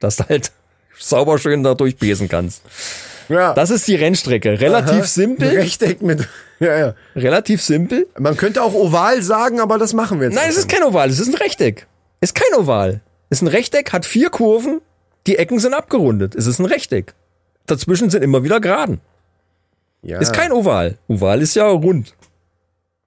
Dass du halt sauber schön da durchbesen kannst. ja. Das ist die Rennstrecke. Relativ simpel. Ein Rechteck mit. Ja, ja. relativ simpel. Man könnte auch oval sagen, aber das machen wir jetzt. Nein, nicht. es ist kein Oval, es ist ein Rechteck. Ist kein Oval. Ist ein Rechteck, hat vier Kurven, die Ecken sind abgerundet. Es ist ein Rechteck. Dazwischen sind immer wieder Geraden. ja. Ist kein Oval. Oval ist ja rund. Eben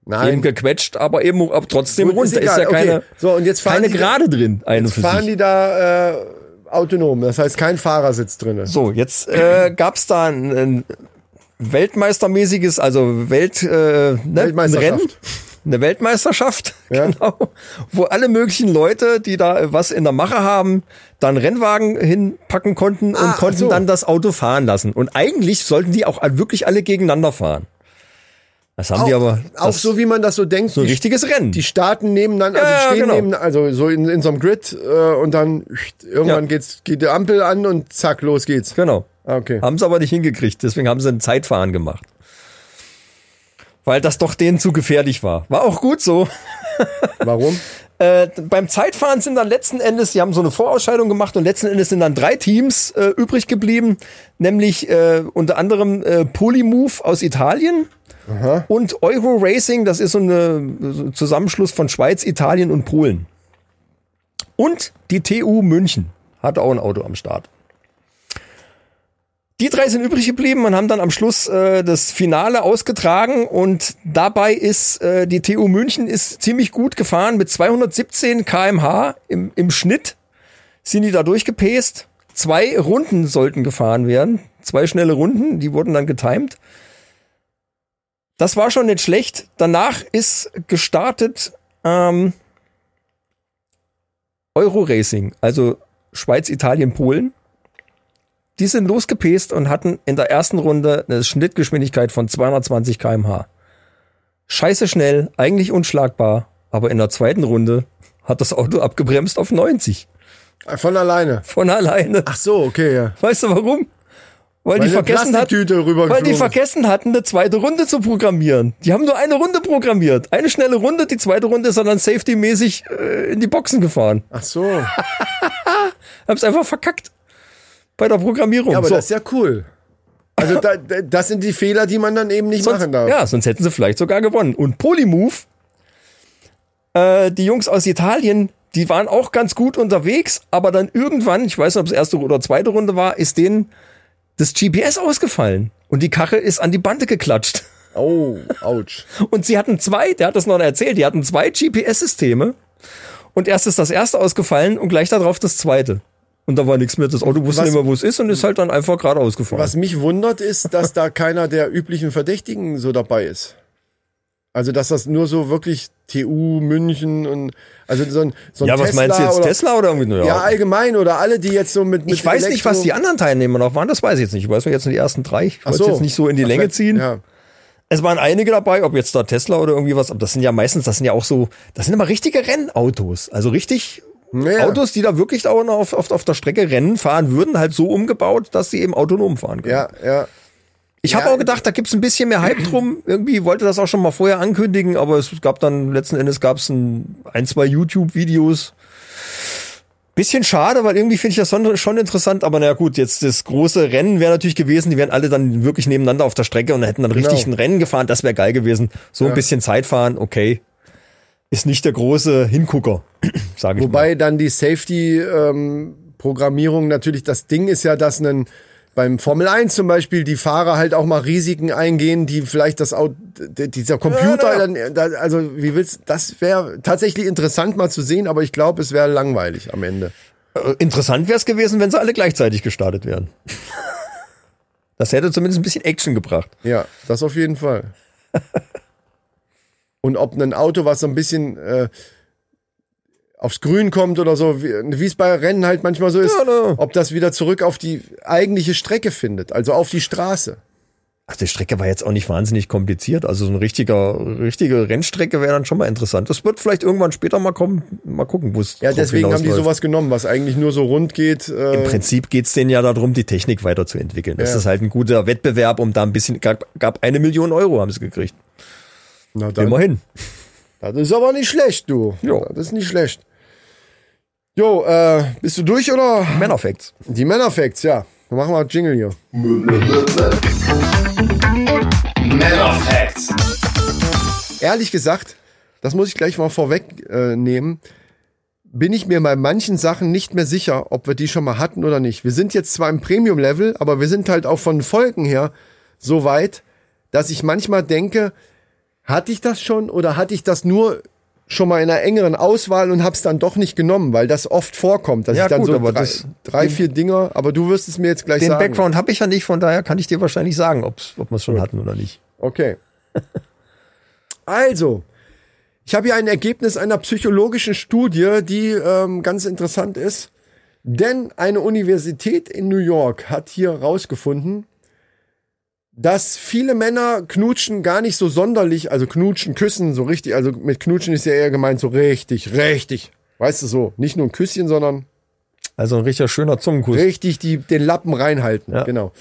Nein. gequetscht, aber eben aber trotzdem Gut, rund. ist Da ist egal. ja keine, Okay. So, und jetzt fahren keine die- Gerade drin. Eine Jetzt für fahren sich. die da äh, autonom. Das heißt, kein Fahrersitz drin. So, jetzt äh, gab es da ein, ein weltmeistermäßiges, also Welt, äh, ne, Weltmeisterschaft. ein Rennen, eine Weltmeisterschaft, Ja. genau, wo alle möglichen Leute, die da was in der Mache haben, dann Rennwagen hinpacken konnten und Ah, ach konnten so. dann das Auto fahren lassen. Und eigentlich sollten die auch wirklich alle gegeneinander fahren. Das haben die aber auch das, so wie man das so denkt. so ein die- richtiges Rennen. Die starten nebeneinander, also Ja, die ja, stehen genau. nebeneinander, also so in, in so einem Grid äh, und dann irgendwann Ja. geht's, geht die Ampel an und zack, los geht's. Genau. Ah, okay. Haben sie aber nicht hingekriegt, deswegen haben sie ein Zeitfahren gemacht. Weil das doch denen zu gefährlich war. War auch gut so. Warum? Äh, beim Zeitfahren sind dann letzten Endes, die haben so eine Vorausscheidung gemacht und letzten Endes sind dann drei Teams äh, übrig geblieben, nämlich äh, unter anderem äh, Polymove aus Italien und Euro Racing, das ist so eine so ein Zusammenschluss von Schweiz, Italien und Polen. Und die TU München hat auch ein Auto am Start. Die drei sind übrig geblieben und haben dann am Schluss äh, das Finale ausgetragen und dabei ist äh, die TU München ist ziemlich gut gefahren mit 217 km/h im, im Schnitt sind die da durchgepest. Zwei Runden sollten gefahren werden, zwei schnelle Runden, die wurden dann getimed. Das war schon nicht schlecht. Danach ist gestartet ähm, Euro Racing, also Schweiz, Italien, Polen. Die sind losgepest und hatten in der ersten Runde eine Schnittgeschwindigkeit von 220 km/h. Scheiße schnell, eigentlich unschlagbar, aber in der zweiten Runde hat das Auto abgebremst auf 90. Von alleine. Von alleine. Ach so, okay, ja. Weißt du warum? Weil, die eine vergessen hatten, Plastiktüte weil rübergeflogen die ist. vergessen hatten, eine zweite Runde zu programmieren. Die haben nur eine Runde programmiert. Eine schnelle Runde, die zweite Runde ist er dann safety-mäßig äh, in die Boxen gefahren. Ach so. Ja, Haben's einfach verkackt. Bei der Programmierung. aber So. das ist ja cool. Also da, da, das sind die Fehler, die man dann eben nicht sonst, machen darf. Ja, sonst hätten sie vielleicht sogar gewonnen. Und Polymove, äh, die Jungs aus Italien, die waren auch ganz gut unterwegs, aber dann irgendwann, ich weiß nicht, ob es erste oder zweite Runde war, ist denen das GPS ausgefallen. Und die Karre ist an die Bande geklatscht. Oh, ouch. Und sie hatten zwei, der hat das noch erzählt, die hatten zwei GPS-Systeme. Und erst ist das erste ausgefallen und gleich darauf das zweite. Und da war nichts mehr. Das Auto wusste Was- nicht mehr, wo es ist und ist halt dann einfach geradeaus gefahren. Was mich wundert, ist, dass da keiner der üblichen Verdächtigen so dabei ist. Also, dass das nur so wirklich TU, München und also so ein, so ein ja, was Tesla meinst du jetzt? oder, Tesla oder irgendwie? Ja, allgemein oder alle, die jetzt so mit, mit Ich weiß nicht, was die Elektro- anderen Teilnehmer noch waren, das weiß ich jetzt nicht. Ich weiß nur jetzt nur die ersten drei. Ich Ach wollte es jetzt nicht so in die Ach, Länge vielleicht- ziehen. Ja. Es waren einige dabei, ob jetzt da Tesla oder irgendwie was, aber das sind ja meistens, das sind ja auch so, das sind immer richtige Rennautos. Also richtig Ja. Autos, die da wirklich auch noch auf, auf, auf der Strecke Rennen fahren würden, halt so umgebaut, dass sie eben autonom fahren können. ja, ja. Ich habe Ja. auch gedacht, da gibt's ein bisschen mehr Hype drum. Irgendwie wollte das auch schon mal vorher ankündigen, aber es gab dann letzten Endes gab's ein, ein, zwei YouTube-Videos. Bisschen schade, weil irgendwie finde ich das schon, schon interessant, aber naja gut, jetzt das große Rennen wäre natürlich gewesen, die wären alle dann wirklich nebeneinander auf der Strecke und hätten dann Genau. richtig ein Rennen gefahren, das wäre geil gewesen. So ein bisschen Zeit fahren, okay. Ist nicht der große Hingucker, sage ich mal. Wobei dann die Safety-Programmierung natürlich, das Ding ist ja, dass ein, beim Formel 1 zum Beispiel die Fahrer halt auch mal Risiken eingehen, die vielleicht das Auto, d- dieser Computer, Ja, Dann, da, also wie willst das wäre tatsächlich interessant mal zu sehen, aber ich glaube, es wäre langweilig am Ende. Äh, Interessant wäre es gewesen, wenn sie alle gleichzeitig gestartet wären. Das hätte zumindest ein bisschen Action gebracht. Ja, das auf jeden Fall. Und ob ein Auto, was so ein bisschen äh, aufs Grün kommt oder so, wie wie es bei Rennen halt manchmal so ist, Ja, ne. ob das wieder zurück auf die eigentliche Strecke findet, also auf die Straße. Ach, die Strecke war jetzt auch nicht wahnsinnig kompliziert. Also so eine richtiger, richtige Rennstrecke wäre dann schon mal interessant. Das wird vielleicht irgendwann später mal kommen. Mal gucken, wo es Ja, drauf deswegen haben die hinausläuft. sowas genommen, was eigentlich nur so rund geht. Im Äh, Prinzip geht's denen ja darum, die Technik weiterzuentwickeln. Das ist halt ein guter Wettbewerb, um da ein bisschen, gab, gab eine Million Euro haben sie gekriegt. na dann, Immerhin. das ist aber nicht schlecht, du. Jo. Das ist nicht schlecht. Jo, äh, bist du durch oder? Männerfacts. Die Männerfacts, ja. Dann machen wir einen Jingle hier. Männer Facts. ehrlich gesagt, das muss ich gleich mal vorwegnehmen, äh, nehmen, bin ich mir bei manchen Sachen nicht mehr sicher, ob wir die schon mal hatten oder nicht. Wir sind jetzt zwar im Premium-Level, aber wir sind halt auch von Folgen her so weit, dass ich manchmal denke, hatte ich das schon oder hatte ich das nur schon mal in einer engeren Auswahl und hab's dann doch nicht genommen, weil das oft vorkommt, dass Ja, ich dann gut, so aber drei, das- drei, vier Dinger, aber du wirst es mir jetzt gleich Den sagen. Background habe ich ja nicht, von daher kann ich dir wahrscheinlich sagen, ob's, ob wir es schon hatten oder nicht. Okay. Also, ich habe hier ein Ergebnis einer psychologischen Studie, die ähm, ganz interessant ist. Denn eine Universität in New York hat hier rausgefunden, dass viele Männer knutschen gar nicht so sonderlich, also knutschen, küssen, so richtig, also mit knutschen ist ja eher gemeint so richtig, richtig. Weißt du so, nicht nur ein Küsschen, sondern Also ein richtiger schöner Zungenkuss. richtig die, den Lappen reinhalten. Ja. Genau.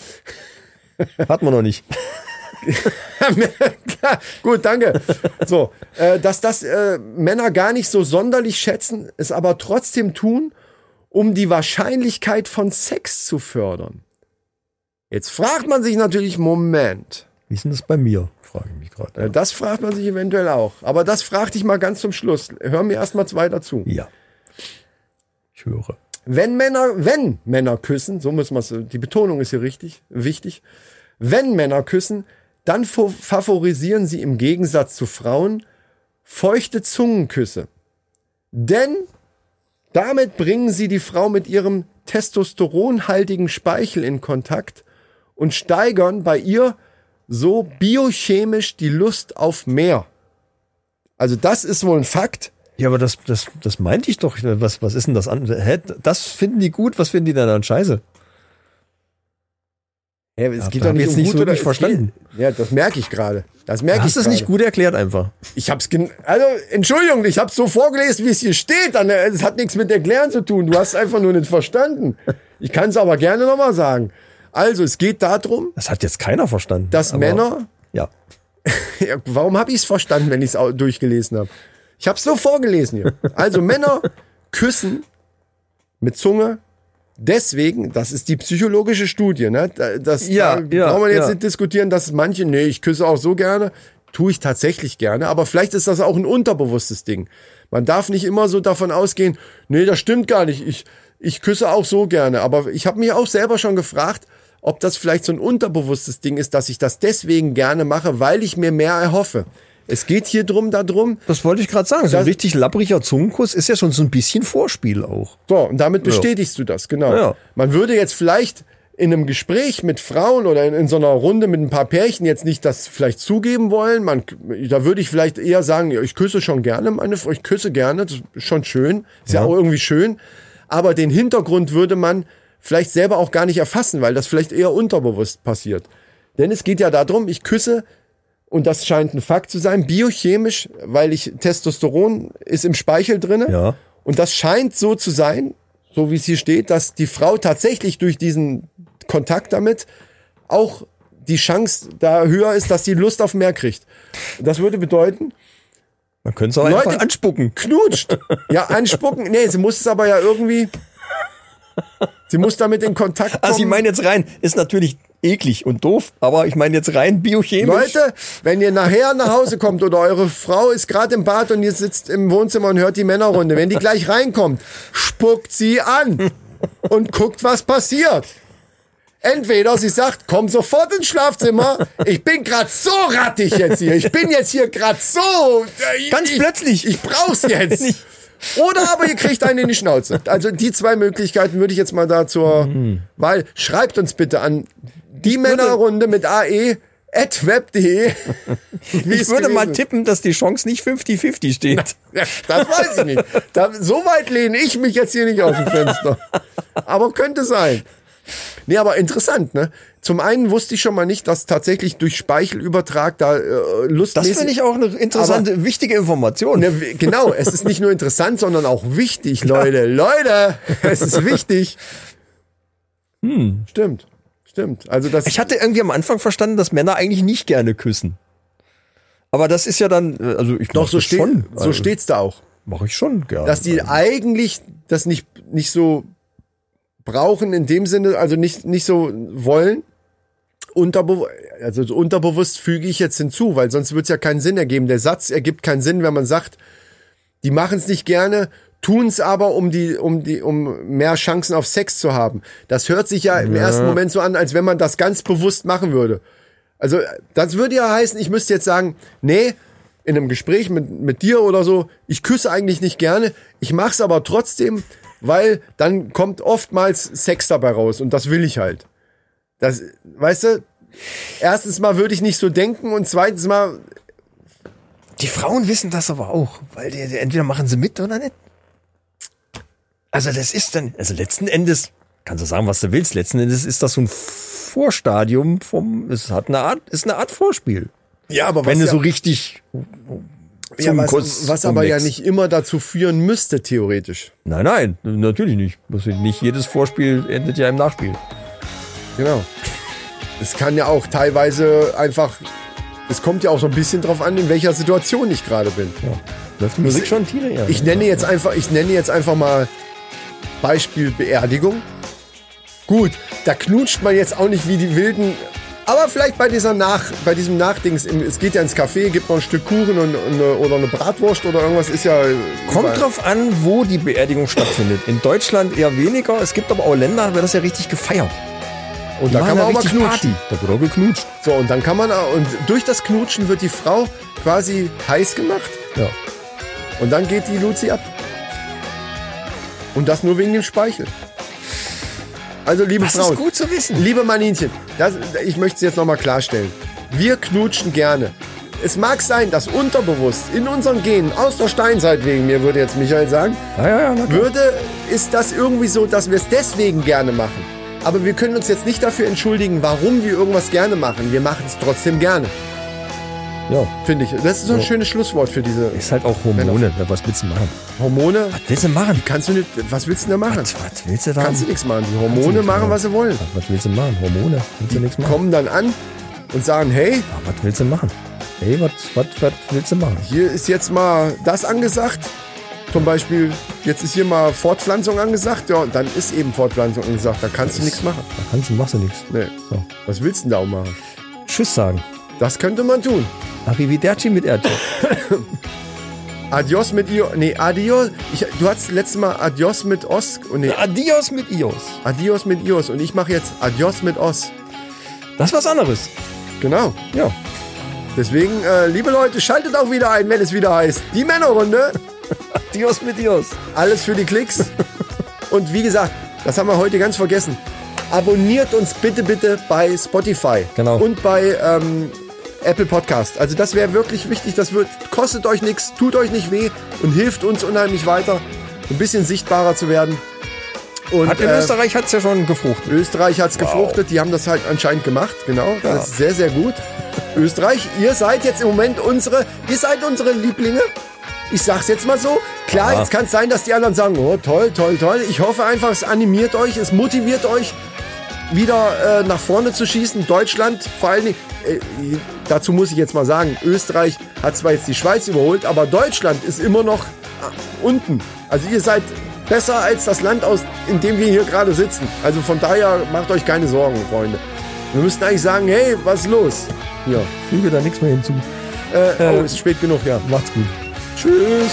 Hatten wir noch nicht. Klar, Gut, danke. So, äh, dass das äh, Männer gar nicht so sonderlich schätzen, es aber trotzdem tun, um die Wahrscheinlichkeit von Sex zu fördern. Jetzt fragt man sich natürlich, Moment. Wie ist denn das bei mir? Frage ich mich gerade. Äh, Das fragt man sich eventuell auch. Aber das fragte ich mal ganz zum Schluss. Hör mir erst mal zwei dazu. Ja. Ich höre. Wenn Männer, wenn Männer küssen, so muss man es, die Betonung ist hier richtig, wichtig. Wenn Männer küssen, dann fo- favorisieren sie im Gegensatz zu Frauen feuchte Zungenküsse. Denn damit bringen sie die Frau mit ihrem testosteronhaltigen Speichel in Kontakt und steigern bei ihr so biochemisch die Lust auf mehr. Also das ist wohl ein Fakt. Ja, aber das, das, das meinte ich doch. Was, was ist denn das an? Hä? Das finden die gut, was finden die denn dann scheiße? Ja, es Ja, da hab ich jetzt nicht so wirklich es verstanden. Geht, ja, das merke ich gerade. Das merke ich Hast du es gerade. nicht gut erklärt einfach? Ich hab's gen also Entschuldigung, ich hab's so vorgelesen, wie es hier steht. Dann, äh, Es hat nichts mit erklären zu tun. Du hast es einfach nur nicht verstanden. Ich kann es aber gerne nochmal sagen. Also, es geht darum, Das hat jetzt keiner verstanden. dass Aber- Männer Ja. ja, warum habe ich es verstanden, wenn ich es durchgelesen habe? Ich habe es so vorgelesen hier. Also Männer küssen mit Zunge. Deswegen, das ist die psychologische Studie, ne? Da- Das Ja, da ja, braucht man jetzt ja. nicht diskutieren, dass manche, nee, ich küsse auch so gerne, tue ich tatsächlich gerne, aber vielleicht ist das auch ein unterbewusstes Ding. Man darf nicht immer so davon ausgehen, nee, das stimmt gar nicht. Ich ich küsse auch so gerne, aber ich habe mich auch selber schon gefragt, ob das vielleicht so ein unterbewusstes Ding ist, dass ich das deswegen gerne mache, weil ich mir mehr erhoffe. Es geht hier drum, darum. Das wollte ich gerade sagen. So ein Das- richtig labbriger Zungenkuss ist ja schon so ein bisschen Vorspiel auch. So, und damit bestätigst du das, genau. Ja. Man würde jetzt vielleicht in einem Gespräch mit Frauen oder in, in so einer Runde mit ein paar Pärchen jetzt nicht das vielleicht zugeben wollen. Man, da würde ich vielleicht eher sagen, ja, ich küsse schon gerne meine Frau, ich küsse gerne, das ist schon schön, ist ja. auch irgendwie schön. Aber den Hintergrund würde man vielleicht selber auch gar nicht erfassen, weil das vielleicht eher unterbewusst passiert. Denn es geht ja darum, ich küsse und das scheint ein Fakt zu sein, biochemisch, weil ich Testosteron ist im Speichel drinne. Ja. Und das scheint so zu sein, so wie es hier steht, dass die Frau tatsächlich durch diesen Kontakt damit auch die Chance da höher ist, dass sie Lust auf mehr kriegt. Das würde bedeuten, Man könnte es auch Leute- einfach anspucken. knutscht. Ja, anspucken. Nee, sie muss es aber ja irgendwie. Sie muss damit in Kontakt kommen. Also ich meine jetzt rein, ist natürlich eklig und doof, aber ich meine jetzt rein biochemisch. Leute, wenn ihr nachher nach Hause kommt oder eure Frau ist gerade im Bad und ihr sitzt im Wohnzimmer und hört die Männerrunde, wenn die gleich reinkommt, spuckt sie an und guckt, was passiert. Entweder sie sagt, komm sofort ins Schlafzimmer, ich bin gerade so rattig jetzt hier, ich bin jetzt hier gerade so... äh, Ganz ich, plötzlich. Ich brauch's jetzt. Ich- Oder aber ihr kriegt einen in die Schnauze. Also die zwei Möglichkeiten würde ich jetzt mal da zur Wahl. Schreibt uns bitte an die Männerrunde mit E AE atweb.de. E. Wie Ich es würde mal gewesen ist. tippen, dass die Chance nicht 50-50 steht. Ja, das weiß ich nicht. Da, so weit lehne ich mich jetzt hier nicht aus dem Fenster. Aber könnte sein. Nee, aber interessant, ne? Zum einen wusste ich schon mal nicht, dass tatsächlich durch Speichelübertrag da äh, Lust Das finde ich auch eine interessante, wichtige Information. Ne, w- genau, es ist nicht nur interessant, sondern auch wichtig, Leute. Leute, es ist wichtig. Hm. Stimmt, stimmt. Also das Ich hatte irgendwie am Anfang verstanden, dass Männer eigentlich nicht gerne küssen. Aber das ist ja dann, äh, also ich doch mach so das steht, schon. also. so steht's da auch, Mache ich schon gerne. dass die eigentlich das nicht nicht so brauchen in dem Sinne, also nicht nicht so wollen. Unterbe also so unterbewusst füge ich jetzt hinzu, weil sonst wird's ja keinen Sinn ergeben. Der Satz ergibt keinen Sinn, wenn man sagt, die machen's nicht gerne, tun's aber, um die, um die, um mehr Chancen auf Sex zu haben. Das hört sich ja im ersten Moment so an, als wenn man das ganz bewusst machen würde. Also, das würde ja heißen, ich müsste jetzt sagen, nee, in einem Gespräch mit, mit dir oder so, ich küsse eigentlich nicht gerne, ich mach's aber trotzdem, weil dann kommt oftmals Sex dabei raus und das will ich halt. Das, weißt du, erstens mal würde ich nicht so denken und zweitens mal, die Frauen wissen das aber auch, weil die, die entweder machen sie mit oder nicht. Also das ist dann, also letzten Endes, kannst du sagen, was du willst, letzten Endes ist das so ein Vorstadium vom, es hat eine Art, ist eine Art Vorspiel. ja, aber Wenn was du ja- so richtig zum ja, was, Kuss was aber ja umlegst. nicht immer dazu führen müsste, theoretisch. Nein, nein, natürlich nicht. Muss ich- Nicht jedes Vorspiel endet ja im Nachspiel. Genau. Es kann ja auch teilweise einfach, es kommt ja auch so ein bisschen drauf an, in welcher Situation ich gerade bin. Läuft die Musik schon, Tine? Ja. Ich nenne jetzt einfach, ich nenne jetzt einfach mal Beispiel Beerdigung. Gut, da knutscht man jetzt auch nicht wie die Wilden. Aber vielleicht bei dieser Nach, bei diesem Nachdings, im- es geht ja ins Café, gibt man ein Stück Kuchen und, und eine, oder eine Bratwurst oder irgendwas, ist ja. überall. Kommt drauf an, wo die Beerdigung stattfindet. In Deutschland eher weniger. Es gibt aber auch Länder, da wird das ja richtig gefeiert. Und da Die kann machen man auch mal richtig knutschen. Party. Da wird auch geknutscht. So, und dann kann man, auch- und durch das Knutschen wird die Frau quasi heiß gemacht. Ja. Und dann geht die Luzi ab. Und das nur wegen dem Speichel. Also, liebe Das Frauen, ist gut zu wissen. liebe Maninchen, das, ich möchte es jetzt nochmal klarstellen. Wir knutschen gerne. Es mag sein, dass unterbewusst in unseren Genen, aus der Steinzeit wegen mir, würde jetzt Michael sagen, Ja, ja, ja. na klar. würde, ist das irgendwie so, dass wir es deswegen gerne machen. Aber wir können uns jetzt nicht dafür entschuldigen, warum wir irgendwas gerne machen. Wir machen es trotzdem gerne, ja. finde ich. Das ist so ein schönes Schlusswort für diese Ist halt auch Hormone. Ja, was willst du machen? Hormone. Was willst du machen? Kannst du nicht, was willst du denn da machen? Was willst du da? Kannst du nichts machen. Die Hormone machen, was sie wollen. Was willst du machen? Hormone. Willst du nichts machen? Kommen dann an und sagen, hey, Ja, was willst du machen? Hey, was, was, was willst du machen? hier ist jetzt mal das angesagt. Zum Beispiel, jetzt ist hier mal Fortpflanzung angesagt. Ja, und dann ist eben Fortpflanzung angesagt. Da kannst du nichts machen. Da kannst du, machst du nichts. Nee. So. Was willst du denn da auch machen? Tschüss sagen. Das könnte man tun. Arrivederci mit Erdbeeren. Adios mit Io. Nee, Adios. Ich, du hattest letztes Mal Adios mit Os. Und nee, Adios mit Ios. Adios mit Ios. Und ich mache jetzt Adios mit Os. Das ist was anderes. Genau. Ja. Deswegen, äh, liebe Leute, schaltet auch wieder ein, wenn es wieder heißt. Die Männerrunde. Adios mit Ios. Alles für die Klicks. Und wie gesagt, das haben wir heute ganz vergessen. Abonniert uns bitte, bitte bei Spotify. Genau. Und bei ähm, Apple Podcast. Also das wäre wirklich wichtig. Das wird, kostet euch nichts, tut euch nicht weh und hilft uns unheimlich weiter, ein bisschen sichtbarer zu werden. Und, Hat in äh, Österreich hat's ja schon gefruchtet. Österreich hat's gefruchtet, die haben das halt anscheinend gemacht, genau. Das ist sehr, sehr gut. Österreich, ihr seid jetzt im Moment unsere, ihr seid unsere Lieblinge. Ich sag's jetzt mal so. Klar, jetzt kann es sein, dass die anderen sagen, oh toll, toll, toll. Ich hoffe einfach, es animiert euch, es motiviert euch, wieder äh, nach vorne zu schießen. Deutschland, vor allen Dingen, äh, dazu muss ich jetzt mal sagen, Österreich hat zwar jetzt die Schweiz überholt, aber Deutschland ist immer noch äh, unten. Also ihr seid besser als das Land, aus, in dem wir hier gerade sitzen. Also von daher macht euch keine Sorgen, Freunde. Wir müssten eigentlich sagen, hey, was ist los? Hier. Füge da nichts mehr hinzu. Äh, oh, ist spät genug, ja. Macht's gut. Tschüss.